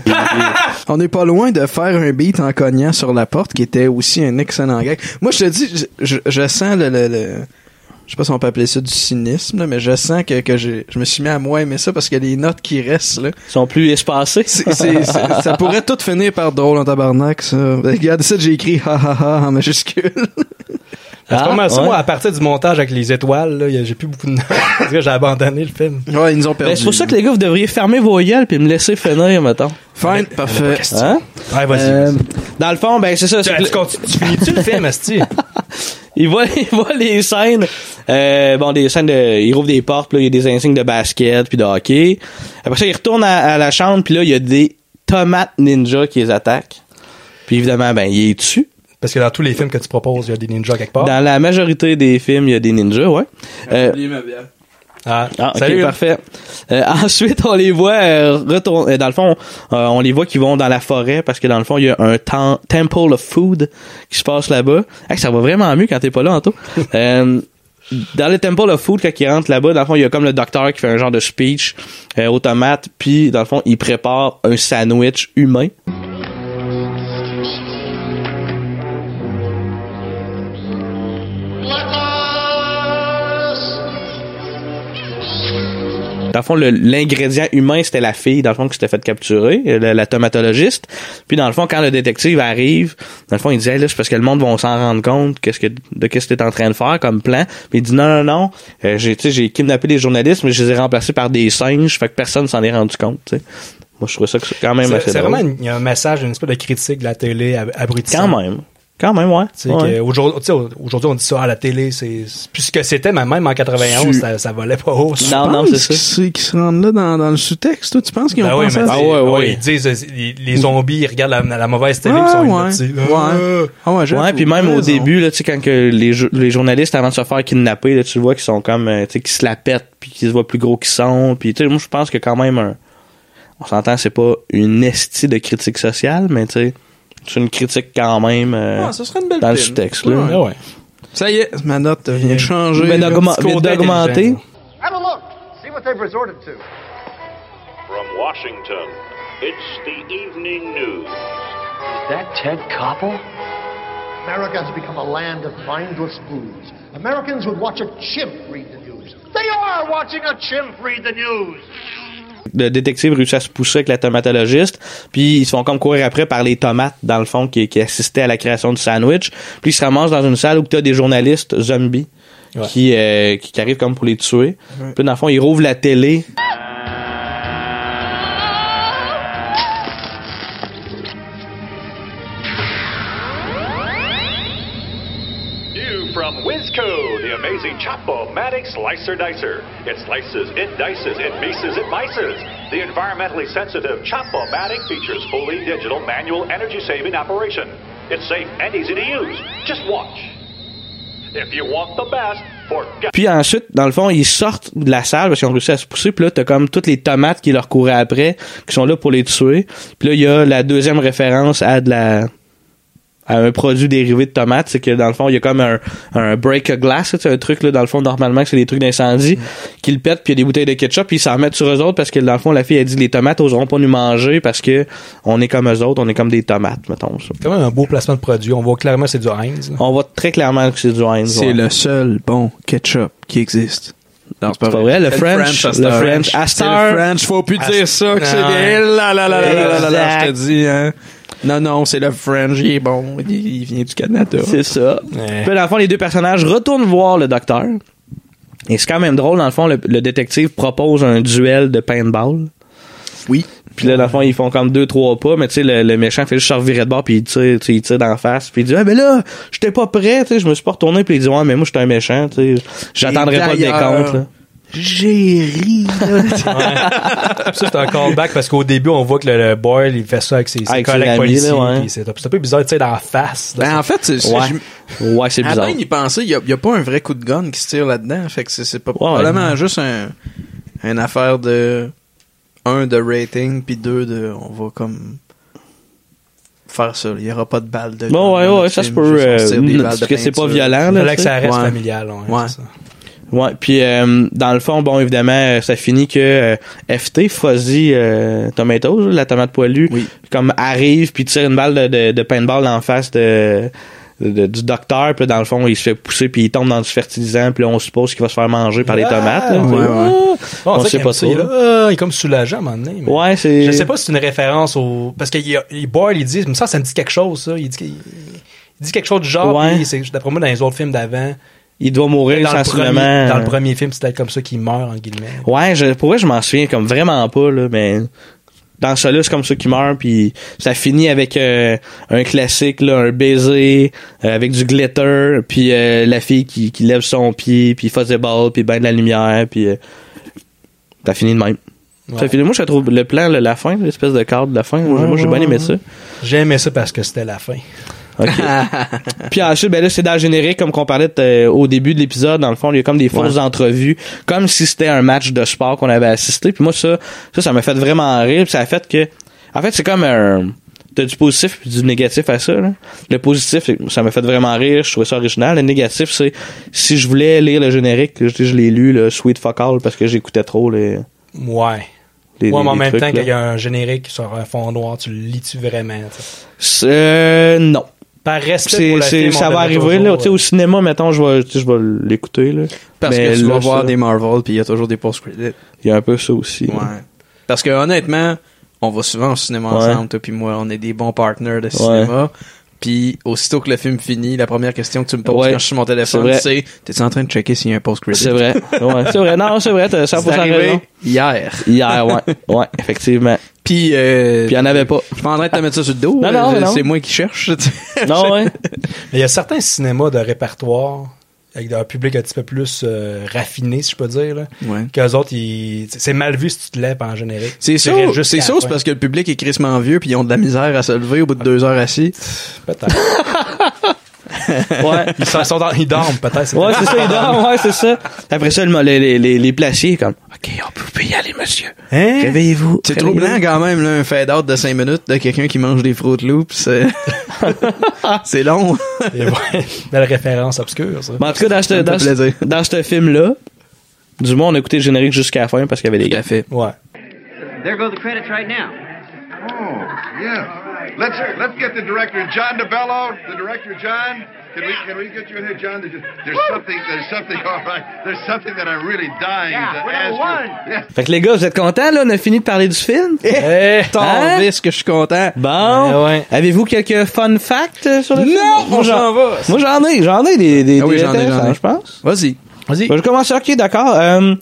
On n'est pas loin de faire un beat en cognant sur la porte, qui était aussi un excellent gag. Moi, je te dis, je, je- je sens le... le- le- je sais pas si on peut appeler ça du cynisme, là, mais je sens que, que j'ai- je me suis mis à moi aimer ça parce que les notes qui restent, là, Ils sont plus espacés. C'est- c'est- c'est- ça pourrait tout finir par drôle en tabarnak, ça. Regardez ça, j'ai écrit ha ha ha en majuscule. C'est Ah, pas mal ça. ouais. Moi, à partir du montage avec les étoiles, là, y a- j'ai plus beaucoup de notes. Parce que J'ai abandonné le film. Ouais, ils nous ont Ben, perdu. c'est pour ça que les gars, vous devriez fermer vos gueules puis me laisser finir, mettons. Fine, parfait. Hein? Ben, Ouais, vas-y, Euh, dans le fond, ben, c'est ça. c'est Tu, que- tu, continues- tu finis-tu le film, Asti? il voit, il voit les scènes, euh, bon, des scènes de, il rouvre des portes, puis là, il y a des insignes de basket, puis de hockey. Après ça, il retourne à, à la chambre, puis là, il y a des tomates ninja qui les attaquent. Puis évidemment, ben, il est dessus. Parce que dans tous les films que tu proposes, il y a des ninjas quelque part. Dans la majorité des films, il y a des ninjas, ouais. Euh, Ah, Ah, ok, salut. parfait. Euh, ensuite, on les voit euh, retourn- euh, Dans le fond, euh, on les voit qui vont dans la forêt parce que dans le fond, il y a un tem- temple of food qui se passe là-bas. Hey, ça va vraiment mieux quand t'es pas là, Anto. Euh, dans le temple of food, quand ils rentrent là-bas, dans le fond, il y a comme le docteur qui fait un genre de speech euh, aux tomates, puis dans le fond, il prépare un sandwich humain. Dans le fond, le- l'ingrédient humain, c'était la fille, dans le fond, qui s'était fait capturer, euh, la, la tomatologiste. Puis, dans le fond, quand le détective arrive, dans le fond, il dit, Hey, là, c'est parce que le monde va s'en rendre compte qu'est-ce que, de qu'est-ce que t'es en train de faire comme plan. Puis, il dit, non, non, non, euh, j'ai, tu sais, j'ai kidnappé les journalistes, mais je les ai remplacés par des singes, fait que personne s'en est rendu compte, tu sais. Moi, je trouvais ça que c'est quand même C'est- assez C'est drôle. vraiment une- il y a un message, une espèce de critique de la télé ab- abrutissante. Quand même. Quand même, ouais. Tu sais, Ouais. que aujourd'hui- tu sais, Aujourd'hui, on dit ça à la télé, c'est c'est plus ce que c'était, mais même en 91, Tu- ça, ça volait pas haut. Tu penses qu'ils se- qu'ils se rendent là dans, dans le sous-texte, toi? Tu penses qu'ils ont Ben oui, pensé mais à ça? Ah c'est- Ils disent, euh, les, les zombies, ils regardent la, la mauvaise télé, Ah, ils sont ouais. hypnotisés. là. Ouais. Ah ouais, j'ai- Ouais, puis même au début, là, tu sais, quand que les, jo- les journalistes, avant de se faire kidnapper, là, tu le vois qu'ils sont comme, euh, tu sais, qu'ils se la pètent, puis qu'ils se voient plus gros qu'ils sont. Puis, tu sais, moi, je pense que quand même, un- on s'entend, c'est pas une estie de critique sociale, mais tu sais, c'est une critique quand même euh, Ouais, ce Ah, serait une belle dans le pile. sous-texte. là. Ah Ouais. Ça y est, ma note vient de changer. Mais euh. là. d'augmen- Petit mais côté d'augmenter. intelligent. Have a look. See what they've resorted to. From Washington, it's the evening news. Is that Ted Koppel? America has become a land of mindless fools. Americans would watch a chimp read the news. They are watching a chimp read the news. Le détective réussit à se pousser avec la tomatologiste, puis ils se font comme courir après par les tomates, dans le fond, qui, qui assistaient à la création du sandwich. Puis ils se ramassent dans une salle où t'as des journalistes zombies Ouais. qui, euh, qui, qui arrivent comme pour les tuer. Puis dans le fond, ils rouvrent la télé. New from Wizco, the amazing Chop-O-Matic Slicer Dicer. It slices, it dices, it maces, it mices. The environmentally sensitive Chop-O-Matic features fully digital manual energy saving operation. It's safe and easy to use. Just watch. If you want the best, forget. Puis ensuite, dans le fond, ils sortent de la salle parce qu'ils ont réussi à se pousser. Puis là, t'as comme toutes les tomates qui leur couraient après, qui sont là pour les tuer. Puis là, il y a la deuxième référence à de la à un produit dérivé de tomates, c'est que dans le fond, il y a comme un, un break a glass, c'est un truc là, dans le fond, normalement, que c'est des trucs d'incendie, qu'ils le pètent, puis il y a des bouteilles de ketchup, puis ils s'en mettent sur eux autres parce que dans le fond, la fille a dit les tomates oseront pas nous manger parce que on est comme eux autres, on est comme des tomates, mettons ça. C'est quand même un beau placement de produit. On voit clairement c'est du Heinz. là. On voit très clairement que c'est du Heinz. C'est ouais. C'est le seul bon ketchup qui existe. Non, c'est pas vrai, le French, à le Star. French, à C'est Star. le French, faut plus À- dire ça. Que c'est Non. des- là, là, là, là, là, là, là, là, je te Exact. dis, hein. Non, non, c'est le French, il est bon. Il, il vient du Canada. C'est ça. Ouais. Puis dans le fond, les deux personnages retournent voir le docteur. Et c'est quand même drôle, dans le fond, le, le détective propose un duel de paintball. Oui. Puis là, dans le fond, ils font comme deux, trois pas, mais tu sais, le, le méchant fait juste se revirer de bord, puis il tire, tu sais, il tire d'en face, puis il dit, ah, ben là, j'étais pas prêt, tu sais, je me suis pas retourné, puis il dit, ouais, mais moi, j'étais un méchant, tu sais, j'attendrai pas le D'ailleurs, décompte, là. J'ai ri, là. Puis ça, c'est un callback parce qu'au début, on voit que le, le Boyle, il fait ça avec ses, ses Avec ses collègues amis, policiers. là, ouais. puis C'est c'est un peu bizarre, tu sais, dans la face. là. Ben, en fait, c'est- c'est- Ouais. Ouais, c'est Avant bizarre. d'y penser, il y a, il y a pas un vrai coup de gun qui se tire là-dedans. Fait que c'est c'est pas probablement juste un, une affaire de un de rating puis deux de on va comme faire ça. Il y aura pas de balles de. Bon, gun ouais, dans ouais, notre ça se film, peut, juste on se tire euh, des non, balles de parce que c'est pas peinture. violent, là, Fallait que tu ça sais. reste Ouais. familial. ouais, Ouais. c'est ça. Ouais, puis euh, dans le fond, bon, évidemment, euh, ça finit que euh, FT, Fuzzy euh, Tomatoes, la tomate poilue, comme arrive puis tire une balle de, de, de paintball en face de, de- du docteur, puis là, dans le fond, il se fait pousser puis il tombe dans du fertilisant, puis là, on suppose qu'il va se faire manger par les Ah, tomates. là, tu sais. ouais, ouais. Bon, on dirait sait qu'il pas aime ça, trop. Il, est là, ah, il est comme soulagé à un moment donné. mais- Ouais, c'est. Je sais pas si c'est une référence au. Parce que il y a- il- Boyle, il dit, mais ça, ça me dit quelque chose, ça. Il dit, qu'il- il dit quelque chose du genre. Ouais. puis c'est- D'après moi, dans les autres films d'avant. Il doit mourir Dans le, sensiblement. hein. euh, premier, dans le premier film, c'était comme ça qu'il meurt, en guillemets. Ouais, je, pour vrai, je m'en souviens comme vraiment pas, là, mais dans ça, là, c'est comme ça qui meurt, puis ça finit avec euh, un classique, là, un baiser, euh, avec du glitter, puis euh, la fille qui, qui lève son pied, puis faisait ball, puis ben de la lumière, puis euh, ça finit de même. Ça Ouais. finit, moi, je trouve le plan, le- la fin, l'espèce de cadre de la fin, moi, j'ai bien aimé ça. J'ai aimé ça parce que c'était la fin. Ok. Puis ensuite, ben là, c'est dans le générique, comme qu'on parlait euh, au début de l'épisode, dans le fond, il y a comme des fausses Ouais. entrevues, comme si c'était un match de sport qu'on avait assisté. Puis moi, ça, ça, ça m'a fait vraiment rire. Puis ça a fait que, en fait, c'est comme un, t'as du positif puis du négatif à ça. là. Le positif, c'est- ça m'a fait vraiment rire. Je trouvais ça original. Le négatif, c'est si je voulais lire le générique, je, je l'ai lu, le Sweet Fuck All, parce que j'écoutais trop les. Ouais. les- les- ouais, mais en les même trucs, temps, là. qu'il y a un générique sur un fond noir, tu le lis-tu vraiment? tu sais? C'est- Euh, non. Par respect C'est- pour le c'est- film, on ça va devrait arriver toujours, là, tu sais, au cinéma mettons je vais tu sais, je vais l'écouter là Parce Mais que tu là, vas voir ça, des Marvel, puis il y a toujours des post-credits. il y a un peu ça aussi là. Ouais. Parce que honnêtement, on va souvent au cinéma Ouais. ensemble, toi puis moi, on est des bons partenaires de cinéma. Puis aussitôt que le film finit, la première question que tu me poses Ouais. quand je suis sur mon C'est téléphone, vrai. c'est T'es-tu en train de checker s'il y a un post-credit c'est vrai ouais, c'est vrai non c'est vrai t'as 100% C'est arrivé raison hier. hier ouais ouais effectivement puis euh, puis il y en avait pas Je suis pas en train de te mettre ça sur le dos. Non, euh, non, mais non. C'est moi qui cherche. non ouais Mais il y a certains cinémas de répertoire avec un public un petit peu plus euh, raffiné, si je peux dire, là, Ouais. qu'eux autres, ils... c'est- c'est mal vu si tu te lèves en générique. C'est Tu ça, restes jusqu'à c'est la ça, c'est fin. parce que le public est crissement vieux puis ils ont de la misère à se lever au bout de deux heures assis. Peut-être. ouais Ils, sont- sont dans- ils dorment, peut-être. c'est ouais peut-être- c'est ça il dort ouais c'est ça après ça le- les, les, les, les placiers comme ok on peut y aller monsieur Hein? réveillez-vous C'est trop blanc quand même, là, un fade-out de 5 minutes de quelqu'un qui mange des Froot Loops. C'est, c'est long. Et ouais, Belle référence obscure, ça. Mais Ben, en tout cas, dans ce, me dans fait ce- plaisir. dans ce film-là, du moins, on a écouté le générique jusqu'à la fin parce qu'il y avait des gars. Ouais. There go the credits right now. Oh, yeah. Let's let's get the director, John DeBello. The director, John. Can we can we get you in here, John? There's, there's something there's something all right. There's something that I'm really dying Yeah, to we're ask number you. one. Yeah. Fait que les gars, vous êtes contents, là? On a fini de parler du film? hein? Eh, Tant vite que je suis content. Bon. Avez-vous quelques fun facts euh, sur le film? Euh, on Moi, j'en- s'en va. Moi, j'en ai. J'en ai des, des, Ah oui, des j'en ai, intéressants, j'en ai. je pense. Vas-y. Vas-y. je commence. OK, d'accord. Euh,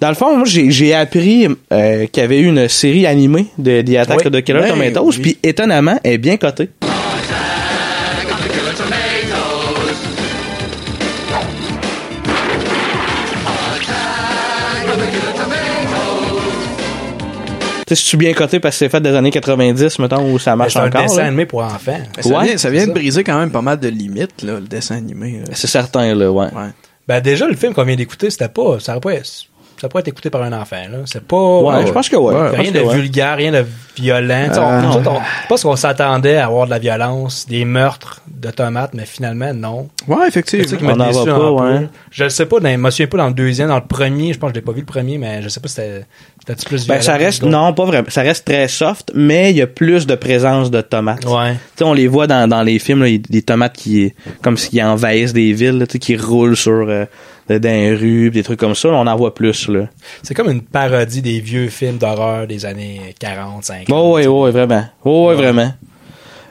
dans le fond, moi, j'ai j'ai appris euh, qu'il y avait eu une série animée de The Attack Oui. de Killer Ben Tomatoes, oui. puis étonnamment, elle est bien cotée. Tu sais, c'est bien coté parce que c'est fait des années 90, mettons, où ça marche Eh, C'est un encore. dessin là. animé pour enfants. Mais Ça Ouais, vient, ça vient c'est de ça. briser quand même pas mal de limites, là, le dessin animé. euh. là. C'est certain, là, ouais. Ben déjà, le film qu'on vient d'écouter, c'était pas. Ça aurait pas, ça pourrait être écouté par un enfant, là. C'est pas. Ouais, je pense que ouais. Je pense Rien de que ouais. vulgaire, rien de violent. Tu sais, on- Euh, nous non. autres, on- je pense qu'on s'attendait à avoir de la violence, des meurtres de tomates, mais finalement, non. Ouais, C'est ça qui m'a On n'en déçu va un pas, peu. ouais. Je le sais pas, dans, je me souviens pas dans le deuxième, dans le premier, je pense que je l'ai pas vu le premier, mais je sais pas si c'était c'était-tu plus violent. Ben, ça que reste, les autres? non, pas vraiment. Ça reste très soft, mais il y a plus de présence de tomates. Ouais. Tu sais, on les voit dans, dans les films, là, il y a des tomates qui, comme s'ils envahissent des villes, là, tu sais, qui roulent sur, euh, dans les rues, pis des trucs comme ça. On en voit plus, là. C'est comme une parodie des vieux films d'horreur des années 40, 50. Oh, ouais, ouais, vraiment. Oh, ouais, vraiment.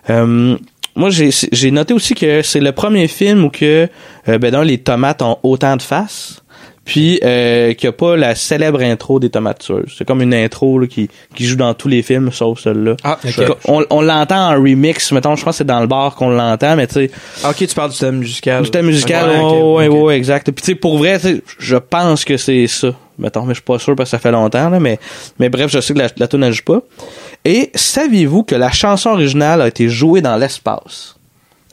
Euh, moi, j'ai- j'ai noté aussi que c'est le premier film où que, euh, ben, non, les tomates ont autant de faces. Puis euh, qu'il n'y a pas la célèbre intro des tomates tueuses. C'est comme une intro là, qui, qui joue dans tous les films sauf celle-là. Ah, Fait ok. qu'on- On, l'entend en remix, mettons, je pense que c'est dans le bar qu'on l'entend, mais tu sais, Ah, ok, tu parles du thème musical. du thème musical, Ok, ouais, ok, ouais, ok. ouais, exact. Puis tu sais, pour vrai, tu sais, je pense que c'est ça. Mettons, mais je suis pas sûr parce que ça fait longtemps, là, mais, mais bref, je sais que la, la tune ne joue pas. Et saviez-vous que la chanson originale a été jouée dans l'espace?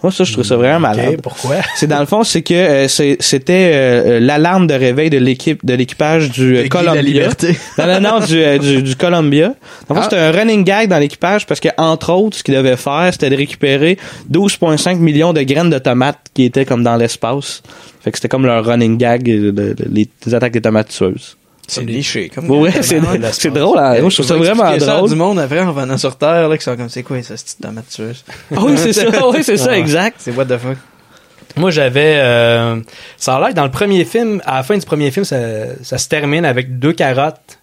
Moi, ça, je trouve ça vraiment malade. pourquoi? C'est dans le fond, c'est que euh, c'est- c'était euh, euh, l'alarme de réveil de l'équipe de l'équipage du euh, Guy Columbia. la Liberté. non, non, non, du, euh, du, du Columbia. En fait, Ah. c'était un running gag dans l'équipage parce que entre autres, ce qu'ils devaient faire, c'était de récupérer 12,5 millions de graines de tomates qui étaient comme dans l'espace. Fait que c'était comme leur running gag euh, de- de- les, des attaques des tomates tueuses. C'est liché. Comme Ah, Ouais, c'est- c'est drôle, hein. Moi, je trouve ça vraiment Il y a drôle. du monde après en venant sur Terre là, qui sont comme c'est quoi ça, cette tomate tueuse? Ah oui, c'est ça, oui, c'est ça, Ah, Ouais. exact. C'est what the fuck. Moi, j'avais. euh, ça a l'air que dans le premier film, à la fin du premier film, ça, ça se termine avec deux carottes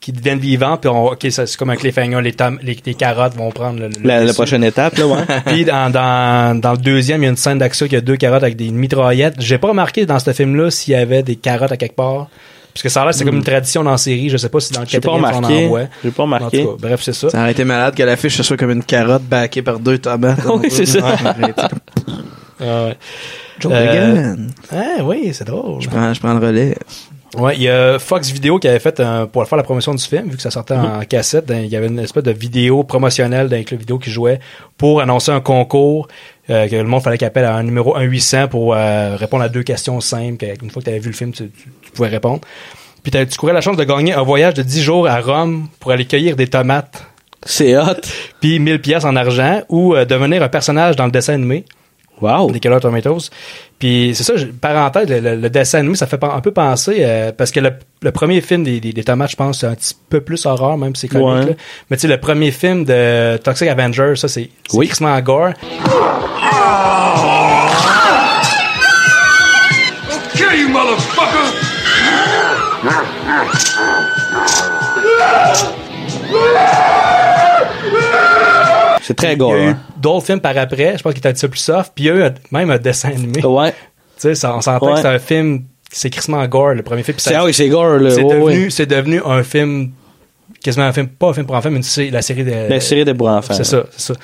qui deviennent vivants, puis on, ok, ça, c'est comme un cliffhanger, les, tom- les, les carottes vont prendre le, le- La, le la dessus. prochaine étape, là, ouais. Puis dans, dans, dans le deuxième, il y a une scène d'action qui a deux carottes avec des mitraillettes. J'ai pas remarqué dans ce film-là s'il y avait des carottes à quelque part. Parce que ça a l'air, c'est comme une tradition dans la série. Je sais pas si dans le Hmm. J'ai pas quatrième on remarqué. en voit. J'ai pas remarqué. En tout cas, bref, c'est ça. Ça aurait été malade que l'affiche ce soit comme une carotte baquée par deux tomates. Oui, c'est ça. Ah ouais. Joe Euh, Rogan. hein, oui, c'est drôle. Je prends, je prends le relais. Ouais, il y a Fox Video qui avait fait un- pour faire la promotion du film, vu que ça sortait en cassette, hein, il y avait une espèce de vidéo promotionnelle d'un club vidéo qui jouait pour annoncer un concours euh, que le monde fallait qu'il appelle à un numéro 1-800 pour euh, répondre à deux questions simples. que Une fois que tu avais vu le film, tu, tu- tu pouvais répondre. Puis t'as- tu courais la chance de gagner un voyage de 10 jours à Rome pour aller cueillir des tomates, C'est hot. puis 1000 pièces en argent, ou euh, devenir un personnage dans le dessin animé. Wow. Des Killer Tomatoes. Puis c'est ça, je- parenthèse, le, le- le dessin animé, ça fait pen- un peu penser, euh, parce que le, le premier film des, des, des tomates, je pense, c'est un petit peu plus horreur, même si c'est comique. Ouais. là. Mais tu sais, le premier film de Toxic Avenger, ça, c'est oui. Gore. Okay, you motherfucker! C'est très gore. Il y a eu hein. d'autres films par après, je pense qu'il était un petit peu plus soft, puis il y a eu même un dessin animé. Ouais. Tu sais, ça- on s'entend Oh. Ouais. que c'est un film, c'est crissement gore, le premier film. puis ça- C'est, ah oui, c'est gore, là. C'est Ouais, devenu, ouais. c'est devenu un film, quasiment un film, pas un film pour enfants, mais une sé- la série de. La série des pour enfants. euh, C'est ça, c'est ça.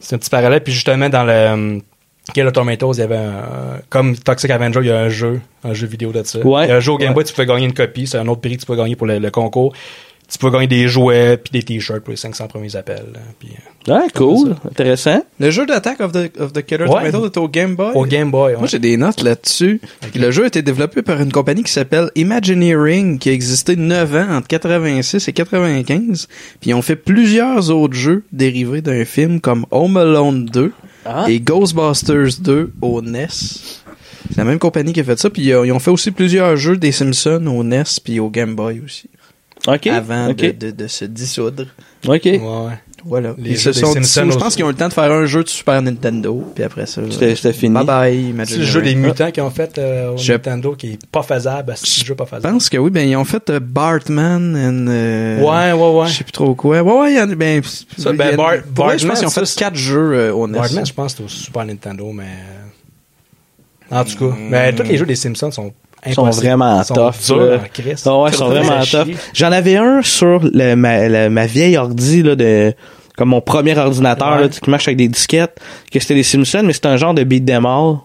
C'est un petit parallèle. Puis justement, dans le. Killer Tomatoes, il y avait un- euh, Comme Toxic Avenger, il y a un jeu, un jeu vidéo de ça. Ouais. Il y a un jeu au Game Ouais. Boy, tu peux gagner une copie. C'est un autre prix que tu peux gagner pour le, le concours. Tu peux gagner des jouets, puis des t-shirts pour les 500 premiers appels. là. Puis, euh, Ah, cool. Intéressant. Le jeu d'Attack of the, of the Killer Ouais. Tomatoes est au Game Boy. Au Game Boy, ouais. Moi, j'ai des notes là-dessus. Le jeu a été développé par une compagnie qui s'appelle Imagineering, qui a existé 9 ans entre 86 et 95. Puis ils ont fait plusieurs autres jeux dérivés d'un film comme Home Alone 2 Ah. et Ghostbusters 2 au NES. C'est la même compagnie qui a fait ça. Puis ils ont- ils ont fait aussi plusieurs jeux des Simpsons au NES puis au Game Boy aussi. OK. Avant de- OK. de- de se dissoudre. OK. Voilà. Les Ils jeux se des sont dissous. Simpsons Je aussi. pense qu'ils ont eu le temps de faire un jeu de Super Nintendo, puis après ça. euh, C'était- c'était fini. Bye bye, Magic C'est le jeu des Mirror. mutants qu'ils ont fait euh, au Je- Nintendo qui est pas faisable. C'est un jeu pas Je faisable. pense que oui, ben ils ont fait euh, Bartman and. euh, Ouais, ouais, ouais. Je sais plus trop quoi. Ouais, ouais, il y en a. Ben, Ça, ben, il y en a- Bar- pour vrai, je Bartman, pense qu'ils ont ça, fait c'est- quatre jeux euh, au NES. Birdman, je pense que c'est au Super Nintendo, mais. En tout cas, mais tous les jeux des Simpsons sont Ils Hmm. sont impossibles. vraiment Ils sont tough. durs hein, là. en crise. Ah ouais, ils Ça sont fait vraiment chier. tough. J'en avais un sur le- ma, la- ma vieille ordi, là, de, comme mon premier ordinateur, là, qui marche avec des disquettes, que c'était des Simpsons, mais c'était un genre de beat them all.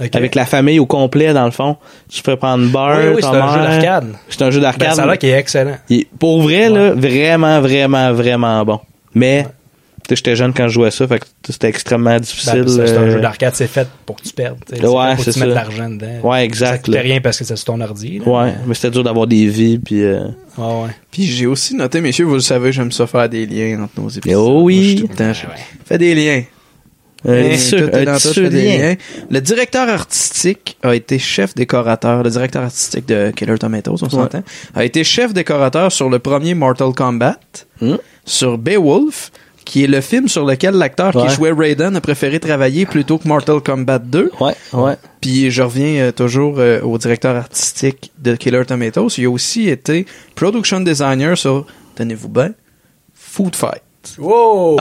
Ok. Avec la famille au complet, dans le fond. Tu peux prendre Bart, Oui, oui, c'est ta un jeu mère. d'arcade. C'est un jeu d'arcade. Ben, ça a l'air qu'il est excellent. Il- Pour vrai, là, vraiment, vraiment, vraiment bon. Mais, tu sais, j'étais jeune quand je jouais à ça, fait que c'était extrêmement difficile. Ben, c'est c'est un euh, jeu d'arcade, c'est fait pour que tu perdes. tu sais, Ouais, fait pour c'est que tu mettes de ça. l'argent dedans. Ouais, exact, Ça coûtait là. rien parce que c'est sur ton ordi. là. Ouais, mais c'était dur d'avoir des vies, puis... euh, Ouais, ouais. Puis j'ai aussi noté, messieurs, vous le savez, j'aime ça faire des liens entre nos épisodes. Oh oui. Euh, Moi, je suis tout le temps, je- Fais des liens. Un Hein, tissu, tout est un dans tout, tissu je fais des lien. liens. Le directeur artistique a été chef décorateur, le directeur artistique de Killer Tomatoes, on s'entend, a été chef décorateur sur le premier Mortal Kombat, sur Beowulf, qui est le film sur lequel l'acteur Ouais. qui jouait Raiden a préféré travailler plutôt que Mortal Kombat 2. Ouais, ouais. Puis je reviens euh, toujours euh, au directeur artistique de Killer Tomatoes. Il a aussi été production designer sur, tenez-vous bien, Food Fight. Wow!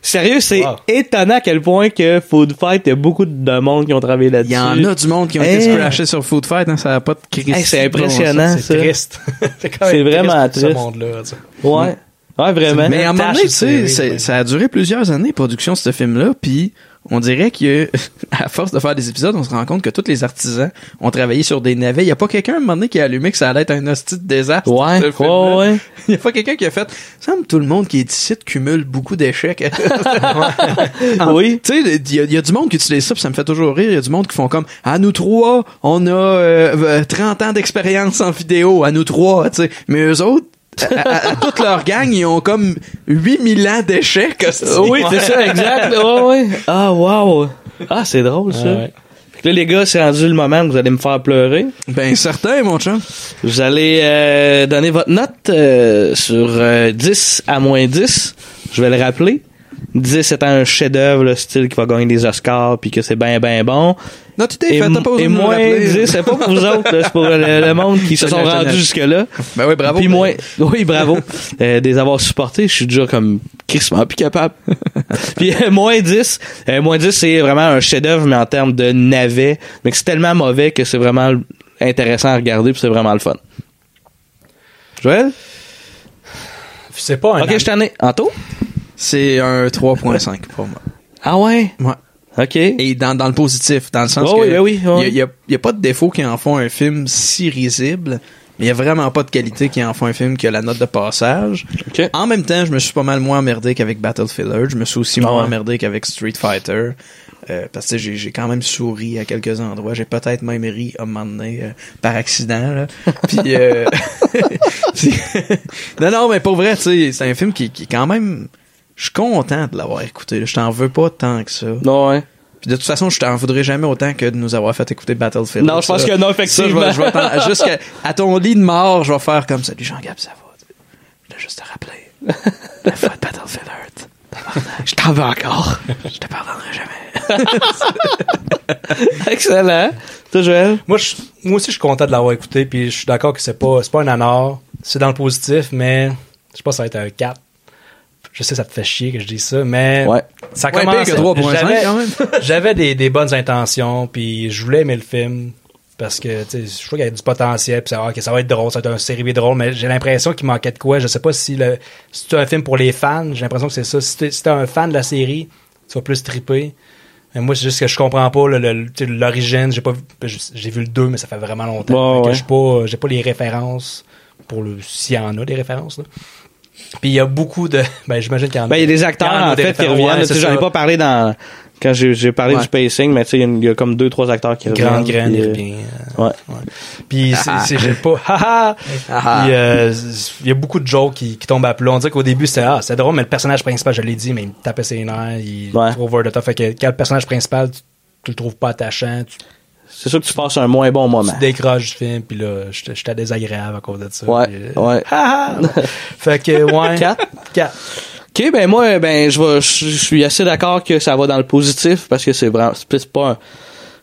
Sérieux, c'est étonnant à quel point que Food Fight, il y a beaucoup de monde qui ont travaillé là-dessus. Il y en a du monde qui ont été Hey. crashés sur Food Fight, hein, ça n'a pas de crise. Hey, c'est impressionnant, C'est Hein, ça. Triste. c'est quand C'est même vraiment triste. pour triste. ce monde-là. tu sais. Ouais. Ouais, vraiment. Mais à un moment donné, tu sais, oui, c'est- oui. ça a duré plusieurs années, la production de ce film-là, puis on dirait que, à force de faire des épisodes, on se rend compte que tous les artisans ont travaillé sur des navets. Il n'y a pas quelqu'un, à un moment donné, qui a allumé que ça allait être un hostie de désastre. Ouais, Oh, ce ouais, film-là. ouais. Il n'y a pas quelqu'un qui a fait, ça me tout le monde qui est ici cumule beaucoup d'échecs. oui. Tu sais, il y, a- il y a du monde qui utilise ça, puis ça me fait toujours rire. Il y a du monde qui font comme, à nous trois, on a euh, euh, 30 ans d'expérience en vidéo, à nous trois, tu sais. Mais eux autres, à, à- à toute leur gang, ils ont comme 8000 ans d'échecs. hostie. Oui, c'est ça, exact. Ouais, ouais. Ah, wow. Ah, c'est drôle, ça. Ah, ouais. Fait que là, les gars, c'est rendu le moment où vous allez me faire pleurer. Ben, certain, mon chum. Vous allez euh, donner votre note euh, sur euh, 10 à moins 10. Je vais le rappeler. 10 étant un chef-d'œuvre, le style qui va gagner des Oscars, puis que c'est ben, ben bon. Non, tu t'es Et, fait, t'as m- pas besoin et de nous le moins rappeler. 10, c'est pas pour vous autres, là, c'est pour le, le monde qui se Je sont tenais, je rendus tenais. jusque-là. Ben oui, bravo. Puis moins, oui, bravo. Euh, des avoir supportés, je suis déjà comme crissement plus capable. Puis euh, moins 10, euh, moins 10, c'est vraiment un chef-d'œuvre, mais en termes de navet. Mais que c'est tellement mauvais que c'est vraiment intéressant à regarder, puis c'est vraiment le fun. Joël? C'est pas un. Ok, je t'en ai. Anto? C'est un 3.5 pour moi. Ah ouais? Ouais. OK. Et dans, dans le positif, dans le sens Ouais, que ouais, oui, ouais. il n'y a, il y a pas de défaut qui en font un film si risible, mais il n'y a vraiment pas de qualité qui en font un film qui a la note de passage. En même temps, je me suis pas mal moins emmerdé qu'avec Battlefield Earth, je me suis aussi Ah moins ouais. emmerdé qu'avec Street Fighter. euh, parce que tu sais, j'ai j'ai quand même souri à quelques endroits. J'ai peut-être même ri à un moment donné euh, par accident. là. Puis, euh, puis- non, non, mais pour vrai, tu sais, c'est un film qui, qui est quand même... Je suis content de l'avoir écouté. là. Je t'en veux pas tant que ça. Non, ouais. Puis Puis de toute façon, je t'en voudrais jamais autant que de nous avoir fait écouter Battlefield. Non, je pense Ça- que non, ça, je vais- effectivement. je vais t'en- jusqu'à à ton lit de mort, je vais faire comme ça. Salut Jean-Gab, ça va? Je voulais juste te rappeler. La fois de Battlefield Earth. Je t'en veux encore. Je te pardonnerai jamais. Excellent. Toi, Joël? Moi, je- moi aussi, je suis content de l'avoir écouté, puis je suis d'accord que c'est pas, c'est pas un anard. C'est dans le positif, mais je pense que ça va être un 4. Je sais, ça te fait chier que je dise ça, mais Ouais. ça Ouais, commence. pire que 3.5 j'avais- quand même. J'avais des, des bonnes intentions, puis je voulais aimer le film parce que tu sais, je trouve qu'il y a du potentiel, puis ça, va- ok, ça va être drôle, ça va être un série B drôle, mais j'ai l'impression qu'il manquait de quoi. Je sais pas si le, si c'est un film pour les fans, j'ai l'impression que c'est ça. Si t'es si t'es un fan de la série, tu vas plus triper. Mais moi, c'est juste que je comprends pas le- le- tu sais, l'origine. J'ai pas vu- j'ai vu le 2, mais ça fait vraiment longtemps. Ouais, Fait que Bah, ouais. j'ai pas, j'ai pas les références pour le s'il y en a des références. là. Puis il y a beaucoup de. Ben, j'imagine qu'il y en a. Ben, il y a des acteurs, qu'il y en des fait, qui références. reviennent. Ouais, là, tu sais, c'est J'en ai ça. pas parlé dans, quand j'ai j'ai parlé Ouais. du pacing, mais tu sais, il y a une- il y, a comme deux, trois acteurs qui Grande reviennent. graine, il puis, revient. euh, Ouais. Puis c'est- c'est j'ai pas. Ha, ha! Ah. Puis, euh, Il y a beaucoup de jokes qui, qui tombent à plat. On dirait qu'au début, c'était ah, c'est drôle, mais le personnage principal, je l'ai dit, mais il me tapait ses nerfs, il Ouais. est trop over the top. Fait que quand le personnage principal, tu, tu le trouves pas attachant, tu, C'est sûr que tu passes un moins bon moment. tu décroches du film, puis là, j'étais j'étais désagréable à cause de ça. Ouais, Puis, euh, ouais. ha, ha! fait que, ouais. Quatre? Quatre. Ok, ben moi, ben je vais- je je suis assez d'accord que ça va dans le positif parce que c'est vraiment, c'est c'est pas, un-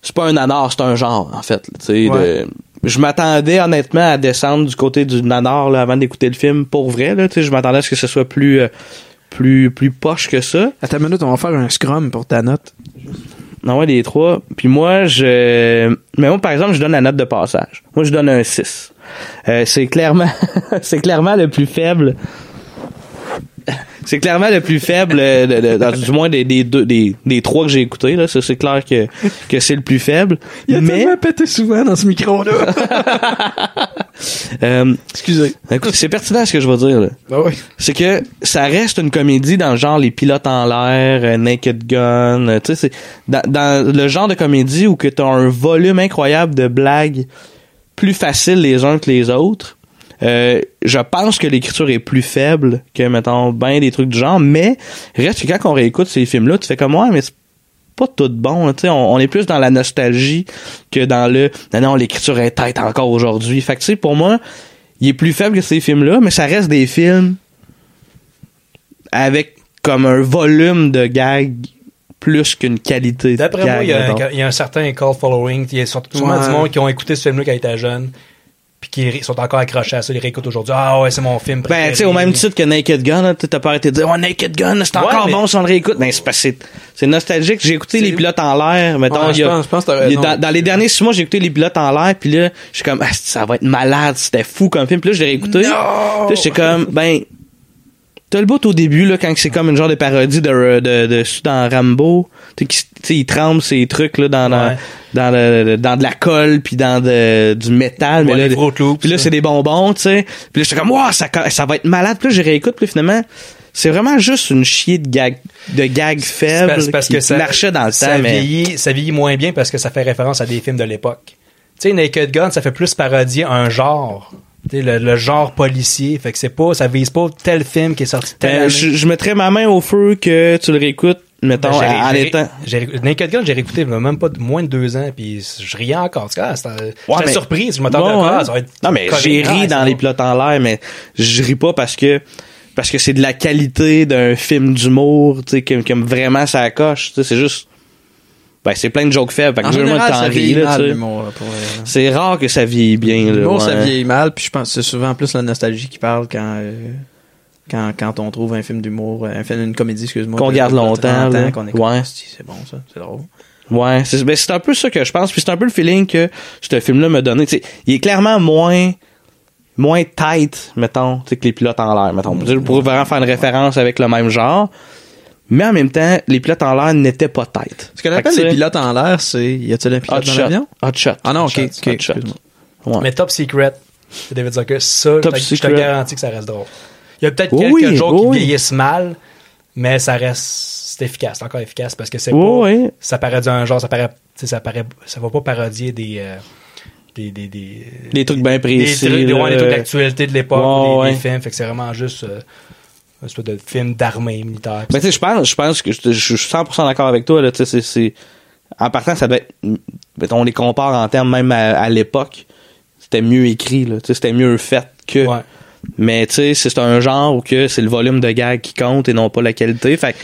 c'est pas un anard, c'est un genre en fait. là, tu sais, Ouais. de- je m'attendais honnêtement à descendre du côté du nanar là, avant d'écouter le film pour vrai. Là, tu sais, je m'attendais à ce que ce soit plus, euh, plus, plus poche que ça. Attends une minute, on va faire un scrum pour ta note. Non, ouais, les trois. Puis moi, je. Mais moi, par exemple, je donne la note de passage. Moi, je donne un 6. Euh, c'est clairement. c'est clairement le plus faible. C'est clairement le plus faible, euh, de- de- dans- du moins des, des, deux- des, des trois que j'ai écoutés. Là. Ça, c'est clair que, que c'est le plus faible. Il a Mais, tellement pété souvent dans ce micro-là. euh, excusez. Écoute, c'est pertinent ce que je vais dire. Là. Ah oui. C'est que ça reste une comédie dans le genre les pilotes en l'air, euh, Naked Gun, euh, tu sais, c'est dans, dans le genre de comédie où que t'as un volume incroyable de blagues plus faciles les uns que les autres. Euh, je pense que l'écriture est plus faible que mettons ben des trucs du genre, mais reste que quand on réécoute ces films-là, tu fais comme ouais, mais c'est pas tout bon. hein, tu sais, on, on est plus dans la nostalgie que dans le non, non, l'écriture est tête encore aujourd'hui. Fait que tu sais, pour moi, il est plus faible que ces films-là, mais ça reste des films avec comme un volume de gags plus qu'une qualité de D'après moi, gag, il y, a mettons. un, il y a un certain call following. Il y a sur- sûrement Ouais. du monde qui ont écouté ce film-là quand ils étaient jeunes, puis qui ré- sont encore accrochés à ça. Ils réécoutent aujourd'hui. Ah ouais, c'est mon film préféré. Ben, tu sais, au même titre que Naked Gun, là, t'as pas arrêté de dire, oh, Naked Gun, c'est Ouais, encore mais- bon si on le réécoute. Ben, c'est parce que c'est- c'est nostalgique. J'ai écouté Les Pilotes en l'air, mettons. Ouais, il y a- je pense- je pense que t'as il y a- raison. dans, dans les derniers six mois, j'ai écouté Les Pilotes en l'air, puis là, je suis comme, ah, ça va être malade, c'était fou comme film. Puis là, je l'ai réécouté. Puis là, j'étais comme, ben, t'as le bout au début, là, quand c'est comme une genre de parodie de, de, de, de- dans Rambo. Tu sais, qui- tu sais, il tremble ses trucs, là, dans, dans, Ouais. dans, le- dans de la colle, puis dans de- du métal. Ouais, mais là, les gros loops, puis là, ça. c'est des bonbons, tu sais. Puis là, j'étais comme, waouh, ça, ça va être malade. Puis là, je réécoute, puis finalement, c'est vraiment juste une chier de gag, de gag C'est faible parce- parce qui que ça marchait dans le ça temps, mais. vieillit, ça vieillit moins bien parce que ça fait référence à des films de l'époque. Tu sais, Naked Gun, ça fait plus parodier un genre. Tu sais, le, le genre policier. Fait que c'est pas, ça vise pas tel film qui est sorti Ben, tel. je, je mettrais ma main au feu que tu le réécoutes, Ben, mettons, en étant. Naked Gun, Ben, j'ai réécouté il y a même pas de- moins de deux ans, puis je riais encore. En tout cas, c'était- Ouais, j'étais mais- surprise, je m'attendais Ouais, à ouais. ça va être Non, mais j'ai Ah, ri dans les pilotes en l'air, mais je ris pas parce que parce que c'est de la qualité d'un film d'humour, tu sais, comme, comme vraiment ça coche. Tu sais, c'est juste. Ben, c'est plein de jokes faibles. Fait que En vraiment, général, t'en ça ris, vieillit là, mal, tu sais. l'humour, là, pour vrai. C'est rare que ça vieillit bien, là. L'humour, ça ouais. vieillit mal, puis je pense que c'est souvent plus la nostalgie qui parle quand, euh, quand, quand on trouve un film d'humour, euh, un film, une comédie, excuse-moi. Qu'on de- garde de longtemps, 30 ans, là. qu'on écoute. Ouais. Si, C'est bon, ça, c'est drôle. Ouais, c'est ben, c'est un peu ça que je pense. Puis c'est un peu le feeling que ce film-là m'a donné. Tu sais, il est clairement moins moins tight, mettons, tu sais, que les pilotes en l'air, mettons. Mm. Je pourrais vraiment faire une référence avec le même genre. Mais en même temps, les pilotes en l'air n'étaient pas tight. Ce qu'on appelle les pilotes en l'air, c'est. Y a-t-il un pilote Hot dans shot. l'avion Hot shot. Ah non, ok, Hot shot. ok, Hot shot. excuse-moi. Ouais. Mais Top Secret, c'est David Zucker, ça, Top je te- je te Secret. garantis que ça reste drôle. Il y a peut-être Oui, quelques oui, jours oui. qui vieillissent mal, mais ça reste c'est efficace, c'est encore efficace parce que c'est Oui, pas oui. ça parodie un genre, ça paraît, tu sais, ça paraît, ça va pas parodier des euh, des des des, Des trucs bien des précis. trucs, des- là. ouais, des trucs d'actualité de l'époque, Ouais, ou des, des ouais. films, fait que c'est vraiment juste euh, une espèce de film d'armée militaire. Ben, tu sais, je pense, je pense que je je suis 100% d'accord avec toi, là, tu sais, c'est, c'est, en partant, ça doit être, mettons, on les compare en termes même à, à l'époque, c'était mieux écrit, là, tu sais, c'était mieux fait que. Mais tu sais, c'est un genre où que c'est le volume de gag qui compte et non pas la qualité. Fait que,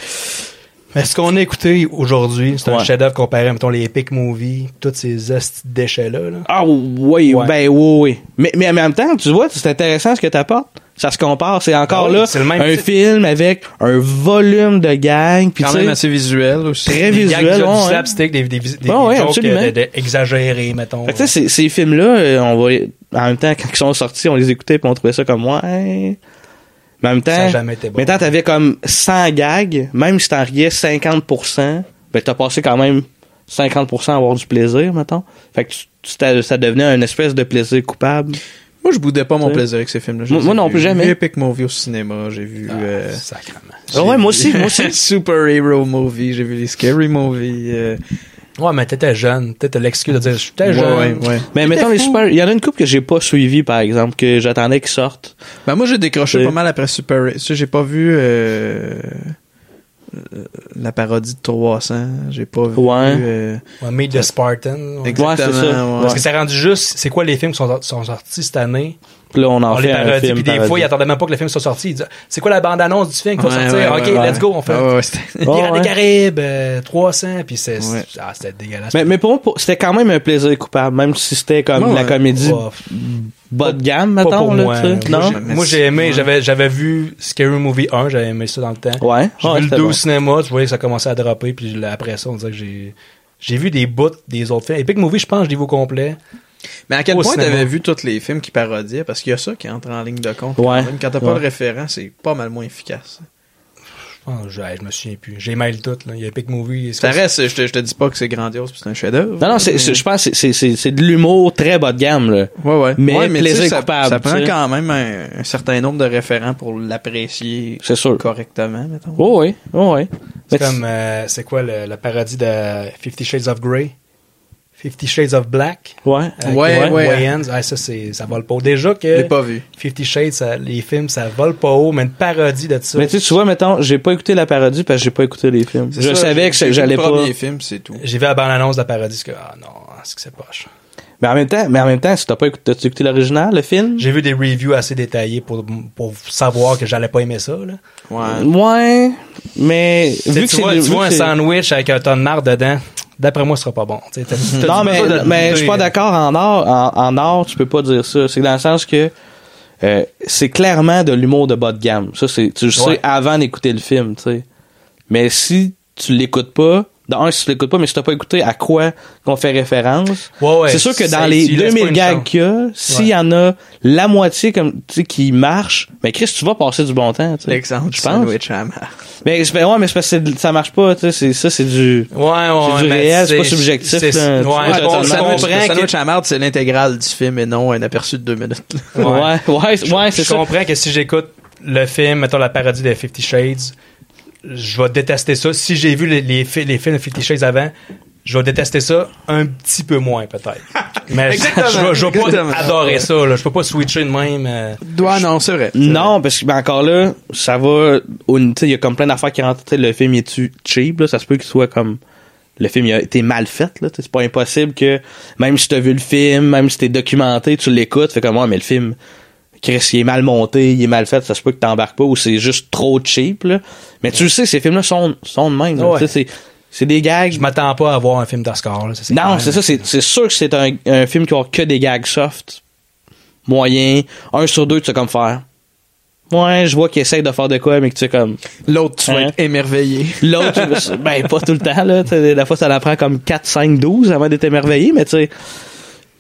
Mais ce qu'on a écouté aujourd'hui, c'est un Ouais. chef-d'œuvre comparé à, mettons, les Epic Movies, tous ces hosties de déchets-là. là. Ah oui, Ouais. ben oui, oui. Mais, mais en même temps, tu vois, c'est intéressant ce que tu apportes. Ça se compare, c'est encore Ah oui, là c'est le même un titre. film avec un volume de gang. Puis Quand tu même sais, assez visuel aussi. Très Des visuel. gags, du ouais. slapstick, des, des, des, des Ouais, ouais, jokes, absolument. euh, de- de- exagérés, mettons. Fait que tu sais, ces, ces films-là, euh, on va en même temps, quand ils sont sortis, on les écoutait puis on trouvait ça comme ouais. Mais en même temps, Ça a jamais été bon. mais quand t'avais comme 100 gags, même si t'en riais 50%, ben t'as passé quand même 50% à avoir du plaisir, mettons. Fait que tu- tu t'as- ça devenait un espèce de plaisir coupable. Moi, je boudais pas mon T'sais. plaisir avec ces films-là. Je Moi- les ai moi non vus. plus, jamais. J'ai vu Epic Movie au cinéma, j'ai vu... euh, j'ai Ah ouais, moi vu aussi, moi aussi. Super Hero Movie, j'ai vu les Scary Movie. euh, Ouais, mais t'étais jeune. Peut-être l'excuse de dire, j'étais jeune. Mais mettons les super. Il y en a une coupe que j'ai pas suivie, par exemple, que j'attendais qu'ils sortent. Ben moi j'ai décroché C'est- pas mal après Super Ray. Tu sais, j'ai pas vu euh, euh, la parodie de 300, j'ai pas vu Ouais. euh, Ouais, Meet the Spartan. ouais. Exactement, Ouais, c'est ça. ouais. Parce que ça rendu juste, c'est quoi les films qui sont, qui sont sortis cette année? Puis là, on en on fait les un parodie, film. puis des parodie. fois, ils attendaient même pas que le film soit sorti. Ils disaient, c'est quoi la bande-annonce du film qui Ouais, va sortir? ouais, ok, ouais, let's ouais. go, on fait Ah ouais, ouais, c'était- Ouais, Pirates ouais. des Caraïbes, euh, 300, puis c'est, Ouais. ah, c'était dégueulasse. Mais, mais pour moi, pour- c'était quand même un plaisir coupable, même si c'était comme Ouais, la ouais. comédie Ouais. bas de gamme, Pas mettons. pour là, moi. tu sais. Moi, non? j'ai- Moi, j'ai aimé, j'avais, j'avais vu Scary Movie 1, j'avais aimé ça dans le temps. Ouais, J'ai ouais, vu le c'était 2 bon. au cinéma, tu voyais que ça commençait à dropper, puis là, après ça, on dirait que j'ai, j'ai vu des bouts des autres films. Epic Movie, je pense, je l'ai vu au complet. Mais à quel Au point cinéma. t'avais vu tous les films qui parodiaient parce qu'il y a ça qui entre en ligne de compte. Ouais. Quand, même. Quand t'as pas Ouais. le référent, c'est pas mal moins efficace. Je pense, je, hey, je me souviens plus. J'ai mail tout, là. Il y a Epic Movie. Ça reste, je te, je te dis pas que c'est grandiose, puis c'est un chef-d'œuvre. Non, non, c'est- c'est- je pense que c'est- c'est- c'est c'est de l'humour très bas de gamme, là. Ouais, ouais. Mais Ouais, tu sais, plaisir ça, coupable. Ça tu prend sais. quand même un, un certain nombre de référents pour l'apprécier C'est sûr. correctement, mettons. Oh, oui, oh, oui. C'est Mais comme, euh, c'est quoi le, la parodie de Fifty Shades of Grey? Fifty Shades of Black? Ouais. Avec Ouais, les ouais. Wayans. Ah, ça, c'est, ça vole pas haut. Déjà Je que l'ai pas vu. Fifty Shades, ça- les films, ça vole pas haut, mais une parodie de ça. Mais tu sais, tu vois, mettons, j'ai pas écouté la parodie parce que j'ai pas écouté les films. C'est Je ça, savais j'ai- que j'ai vu c'est- j'allais le pas. premier film, c'est tout. J'ai vu la bande-annonce de la parodie, parce que, ah non, c'est que c'est poche. Mais en même temps, mais en même temps, si t'as pas écouté, t'as-tu écouté l'original, le film? J'ai vu des reviews assez détaillées pour, pour savoir que j'allais pas aimer ça, là. Ouais. Ouais, mais Tu sais, vu que tu c'est vois, vu tu vois que un c'est- sandwich avec un ton de marde dedans, d'après moi, ce sera pas bon. Tu sais, t'as- t'as- Non, t'as- mais, t'as- mais t'as- je suis pas d'accord. En art, en, en art, tu peux pas dire ça. C'est dans le sens que euh, c'est clairement de l'humour de bas de gamme. Ça, c'est, tu le sais Ouais. avant d'écouter le film, tu sais. Mais si tu l'écoutes pas, dans un, si tu l'écoutes pas, mais si t'as pas écouté à quoi qu'on fait référence, Ouais, ouais, c'est sûr que dans ça, les tu laisses pas 2000 une gags chance. qu'il y a, s'il Ouais. y en a la moitié comme, tu sais, qui marche, mais Chris, tu vas passer du bon temps, tu sais. L'exemple Je du pense. sandwich à la marde. Mais, c'est- ouais, mais c'est parce que c'est- ça marche pas, tu sais. c'est- Ça, c'est du. Ouais, ouais, C'est du mais réel, c'est pas subjectif, c'est- là. Ouais, Tu vois, je t'as- comprends t'as- Le je sandwich, le que- sandwich à la marde, c'est l'intégrale du film et non un aperçu de deux minutes. Ouais, ouais, ouais, c'est Je ça. comprends que si j'écoute le film, mettons la parodie de Fifty Shades, je vais détester ça. Si j'ai vu les, les, fi- les films de Fifty Shades avant, je vais détester ça un petit peu moins, peut-être. Mais je Exactement, je vais- je vais exactement. pas adorer ça. Là. Je peux pas switcher de même. euh. Ouais, non, c'est vrai. Non, parce que ben, encore là, ça va. au- tu sais, Il y a comme plein d'affaires qui rentrent. Tu sais, Le film est-tu cheap? Là, ça se peut qu'il soit comme. Le film il a été mal fait. là, tu sais, C'est pas impossible que même si t'as vu le film, même si t'es documenté, tu l'écoutes, fait comme ouais, mais le film, Chris, il est mal monté, il est mal fait, ça se peut que t'embarques pas ou c'est juste trop cheap. Là. Mais tu le sais, ces films-là sont, sont de même. là, Ouais. tu sais, C'est c'est des gags. Je m'attends pas à voir un film d'Oscar. là, ça, c'est Non, clair. c'est ça, c'est c'est sûr que c'est un, un film qui va avoir que des gags soft, moyens, un sur deux, tu sais comme faire. Ouais, je vois qu'il essaye de faire de quoi, mais que tu sais comme. L'autre, tu vas Hein? être émerveillé. L'autre, ben, pas tout le temps, là. tu sais, Des fois, ça la prend comme 4, 5, 12 avant d'être émerveillé, mais tu sais.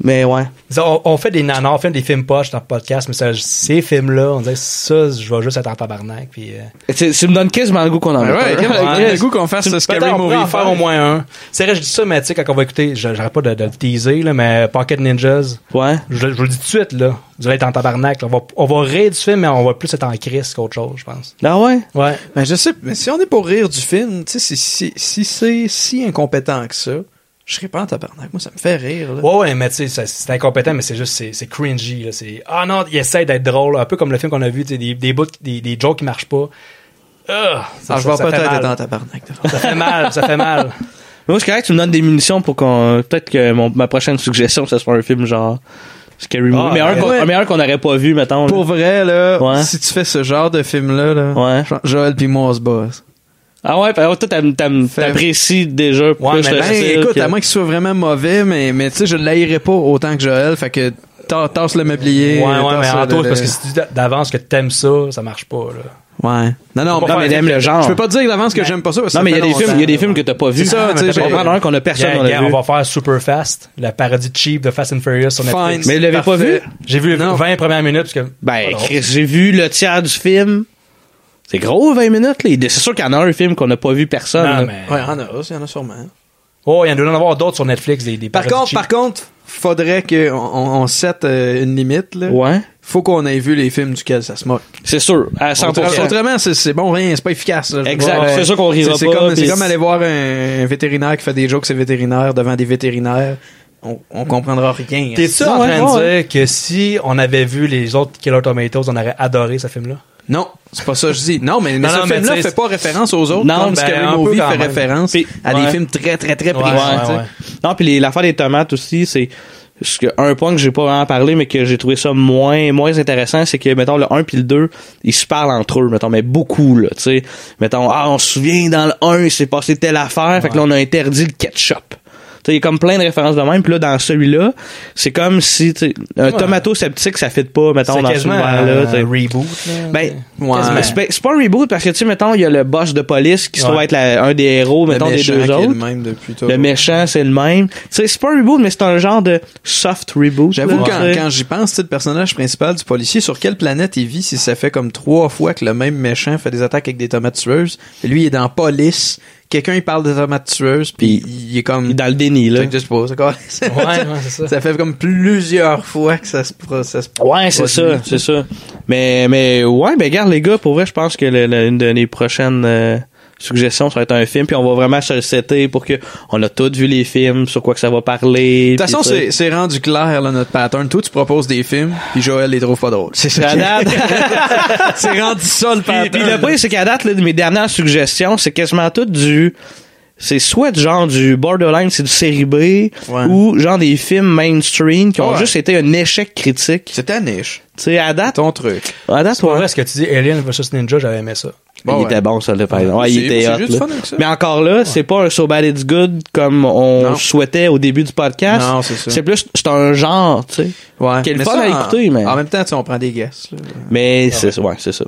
Mais ouais. Disons, On, on fait des nanars, on fait des films poches dans le podcast, mais ça, ces films-là, on dirait ça, je vais juste être en tabarnak. Puis, euh, Tu sais, ça me donne quasiment le goût qu'on en Ben ouais, parle. quel- Chris, quel goût qu'on fasse ce Scary Peut-être on pourrait Movie en faire au moins un. C'est vrai, je dis ça, mais tu sais, quand on va écouter, je- j'arrête pas de, de le teaser, là, mais Pocket Ninjas, Ouais. je, je vous le dis tout de suite, là, vous allez être en tabarnak. là. On, va, on va rire du film, mais on va plus être en crise qu'autre chose, je pense. Ah ouais? Ouais. Ben, je sais, mais si on est pour rire du film, tu sais, si, si, si c'est si incompétent que ça, je serais pas en tabarnak. Moi, ça me fait rire, là. Ouais, ouais, mais tu sais, ça- c'est incompétent, mais c'est juste, c'est c'est cringy. là. C'est, ah non, il essaie d'être drôle, un peu comme le film qu'on a vu, tu sais, des, des, bouts- des, des jokes qui marchent pas. Ah, ça- Ah, je ça- vais ça fait peut-être mal. être en tabarnak. Ça fait mal, ça fait mal. Mais Moi, c'est correct, tu me donnes des munitions pour qu'on. Peut-être que mon- ma prochaine suggestion, ce soit un film genre. Scary Movie. Ah, mais un, ouais. qu'on- un meilleur qu'on n'aurait pas vu, mettons. Pour vrai, là, Ouais. si tu fais ce genre de film-là, là, Jo- Joël pis moi, on se bosse. Ah ouais, par contre, toi, t'am- t'am- t'apprécies déjà Ouais, plus mais le ben, style écoute, que- à moins qu'il soit vraiment mauvais, mais, mais tu sais, je ne l'haïrais pas autant que Joël, fait que ta- tasse le Ouais, meublier. ouais, mais tasse le- Anto, le- c'est parce que si tu dis d'avance que t'aimes ça, ça marche pas, là. Ouais. Non, non, Faut pas mais- faire- mais- le genre. Je peux pas te dire d'avance que j'aime pas ça. Parce que Non, mais il y a ça des fait films, longtemps. il y a des films que t'as pas vu. C'est ça, tu sais, On j'ai- va prendre un qu'on a personne Regarde, dans la regarde, vue. on va faire Super Fast, la parodie cheap de Fast and Furious sur Netflix. Fine. Mais vous l'avez pas Parfait. vu? J'ai vu les 20 premières minutes parce que. Ben, Chris, j'ai vu le tiers du film. C'est gros, 20 minutes, là. C'est sûr qu'il y en a un film qu'on n'a pas vu personne. là. Non, mais. Ouais, il y en a, il y en a sûrement. Oh, il y en a doit en avoir d'autres sur Netflix, des, des Par parodies contre, cheap. par contre, faudrait qu'on on, on sette euh, une limite. Là. Ouais. Faut qu'on ait vu les films duquel ça se moque. C'est sûr, à 100%. Autrement, c'est- c'est bon, rien, c'est pas efficace. là. Je Exact, vois, c'est sûr qu'on rira c'est- C'est pas, comme, puis- c'est comme aller voir un, un vétérinaire qui fait des jokes, c'est vétérinaire, devant des vétérinaires. On, on comprendra rien. T'es-tu en train de dire que si on avait vu les autres Killer Tomatoes, on aurait adoré ce film-là? Non, c'est pas ça que je dis. Non, mais, mais Non, ce non, mais film-là tu sais, fait pas référence aux autres. Non, Non, ben, Scary un peu Movie quand fait même. référence Puis- à des ouais. films très, très, très Ouais, précis. tu sais. ouais. Non, puis les- l'affaire des tomates aussi, c'est ce que- un point que j'ai pas vraiment parlé, mais que j'ai trouvé ça moins, moins intéressant, c'est que, mettons, le 1 puis le 2, ils se parlent entre eux, mettons, mais beaucoup, là, tu sais. Mettons, ah, on se souvient, dans le 1, il s'est passé telle affaire, fait que là, on a interdit le ketchup. Tu sais, il y a comme plein de références de même, puis là, dans celui-là, c'est comme si, tu sais, un Ouais. tomato sceptique, ça fit pas, mettons, C'est dans ce quasiment là un reboot. là. Ben, Quasiment. c'est pas- c'est pas un reboot parce que, tu sais, mettons, il y a le boss de police qui se trouve Ouais. être la- un des héros, Le mettons, des méchant deux qui est autres. le même depuis Le toujours. méchant, c'est le même. Tu sais, c'est pas un reboot, mais c'est un genre de soft reboot. J'avoue, là, quand, tu sais. quand j'y pense, tu sais, le personnage principal du policier, sur quelle planète il vit si ça fait comme trois fois que le même méchant fait des attaques avec des tomates tueuses? Lui, il est dans police. Quelqu'un, il parle des tomates tueuses, puis il est comme... dans le déni, là. Check this pose, quoi. Ouais, ouais, c'est ça. Ça fait comme plusieurs fois que ça se... pro- ça se Ouais, c'est ça, produit. c'est ça. Mais, mais, ouais, ben, regarde, les gars, pour vrai, je pense que le- le- une de mes prochaines euh, suggestions, ça va être un film, puis on va vraiment se le setter pour que on a tous vu les films, sur quoi que ça va parler. De toute façon, puis, tu sais. c'est c'est rendu clair, là, notre pattern. Toi, tu proposes des films, puis Joël les trouve pas drôles. C'est ça. À date- C'est rendu ça, le pattern. Puis, puis le point, c'est qu'à date, là, de mes dernières suggestions, c'est quasiment tout du. C'est soit du genre du borderline, c'est du série B, ou genre des films mainstream qui ont Ouais. juste été un échec critique. C'est ta niche. Tu sais, à date. Ton truc. À date, C'est pas ouais. vrai ce que tu dis, Alien vs Ninja, j'avais aimé ça. il était bon, ça, là, par exemple. Ouais, il C'est- était c'est hot, juste là. fun avec ça. Mais encore là, c'est pas un So Bad It's Good comme on Non. souhaitait au début du podcast. Non, Ah. c'est ça. plus, c'est un genre, tu sais. Ouais. Qui est le Mais fun ça, à en- écouter, mais. En même temps, tu sais, on prend des guests, là. Mais Ah c'est ouais, c'est ça.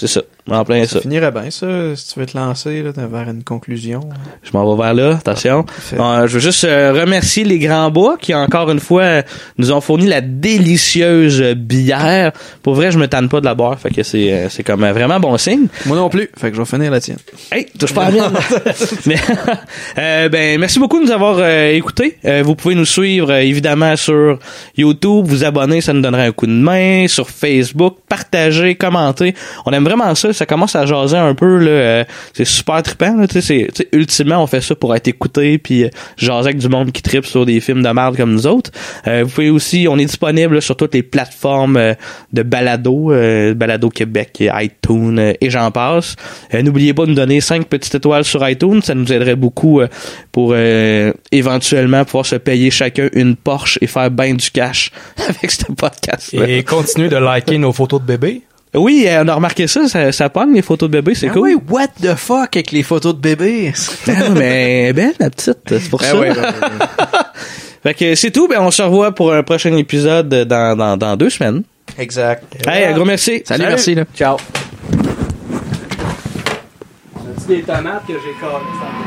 C'est ça. En plein ça. Ça finirait bien, ça, si tu veux te lancer là, vers une conclusion. Je m'en vais vers là, attention. Euh, je veux juste euh, remercier les Grands Bois qui, encore une fois, euh, nous ont fourni la délicieuse euh, bière. Pour vrai, je me tanne pas de la boire, fait que c'est euh, c'est comme un vraiment bon signe. Moi non plus, fait que je vais finir la tienne. Hey, touche pas à la mienne. Mais, euh, ben, merci beaucoup de nous avoir euh, écoutés. Euh, vous pouvez nous suivre, euh, évidemment, sur YouTube, vous abonner, ça nous donnerait un coup de main, sur Facebook, partager, commenter. On aime vraiment ça, ça commence à jaser un peu, là, euh, c'est super trippant, là, tu sais, c'est- tu sais, ultimement, on fait ça pour être écouté, puis euh, jaser avec du monde qui trippe sur des films de merde comme nous autres. Euh, vous pouvez aussi, on est disponible là, sur toutes les plateformes euh, de balado, euh, Balado Québec, iTunes, euh, et j'en passe. Euh, N'oubliez pas de nous donner 5 petites étoiles sur iTunes, ça nous aiderait beaucoup euh, pour euh, éventuellement pouvoir se payer chacun une Porsche et faire ben du cash avec ce podcast. Et continuez de liker nos photos de bébés. Oui, euh, on a remarqué ça, ça, ça pogne les photos de bébés, c'est Ah cool. ouais, what the fuck avec les photos de bébés? Ah, mais elle est belle, la petite, c'est pour Ben ça. ouais, ben ouais, fait que c'est tout, ben on se revoit pour un prochain épisode dans, dans, dans deux semaines. exact. Hey, un gros merci. Salut, merci, là. Ciao. des tomates que j'ai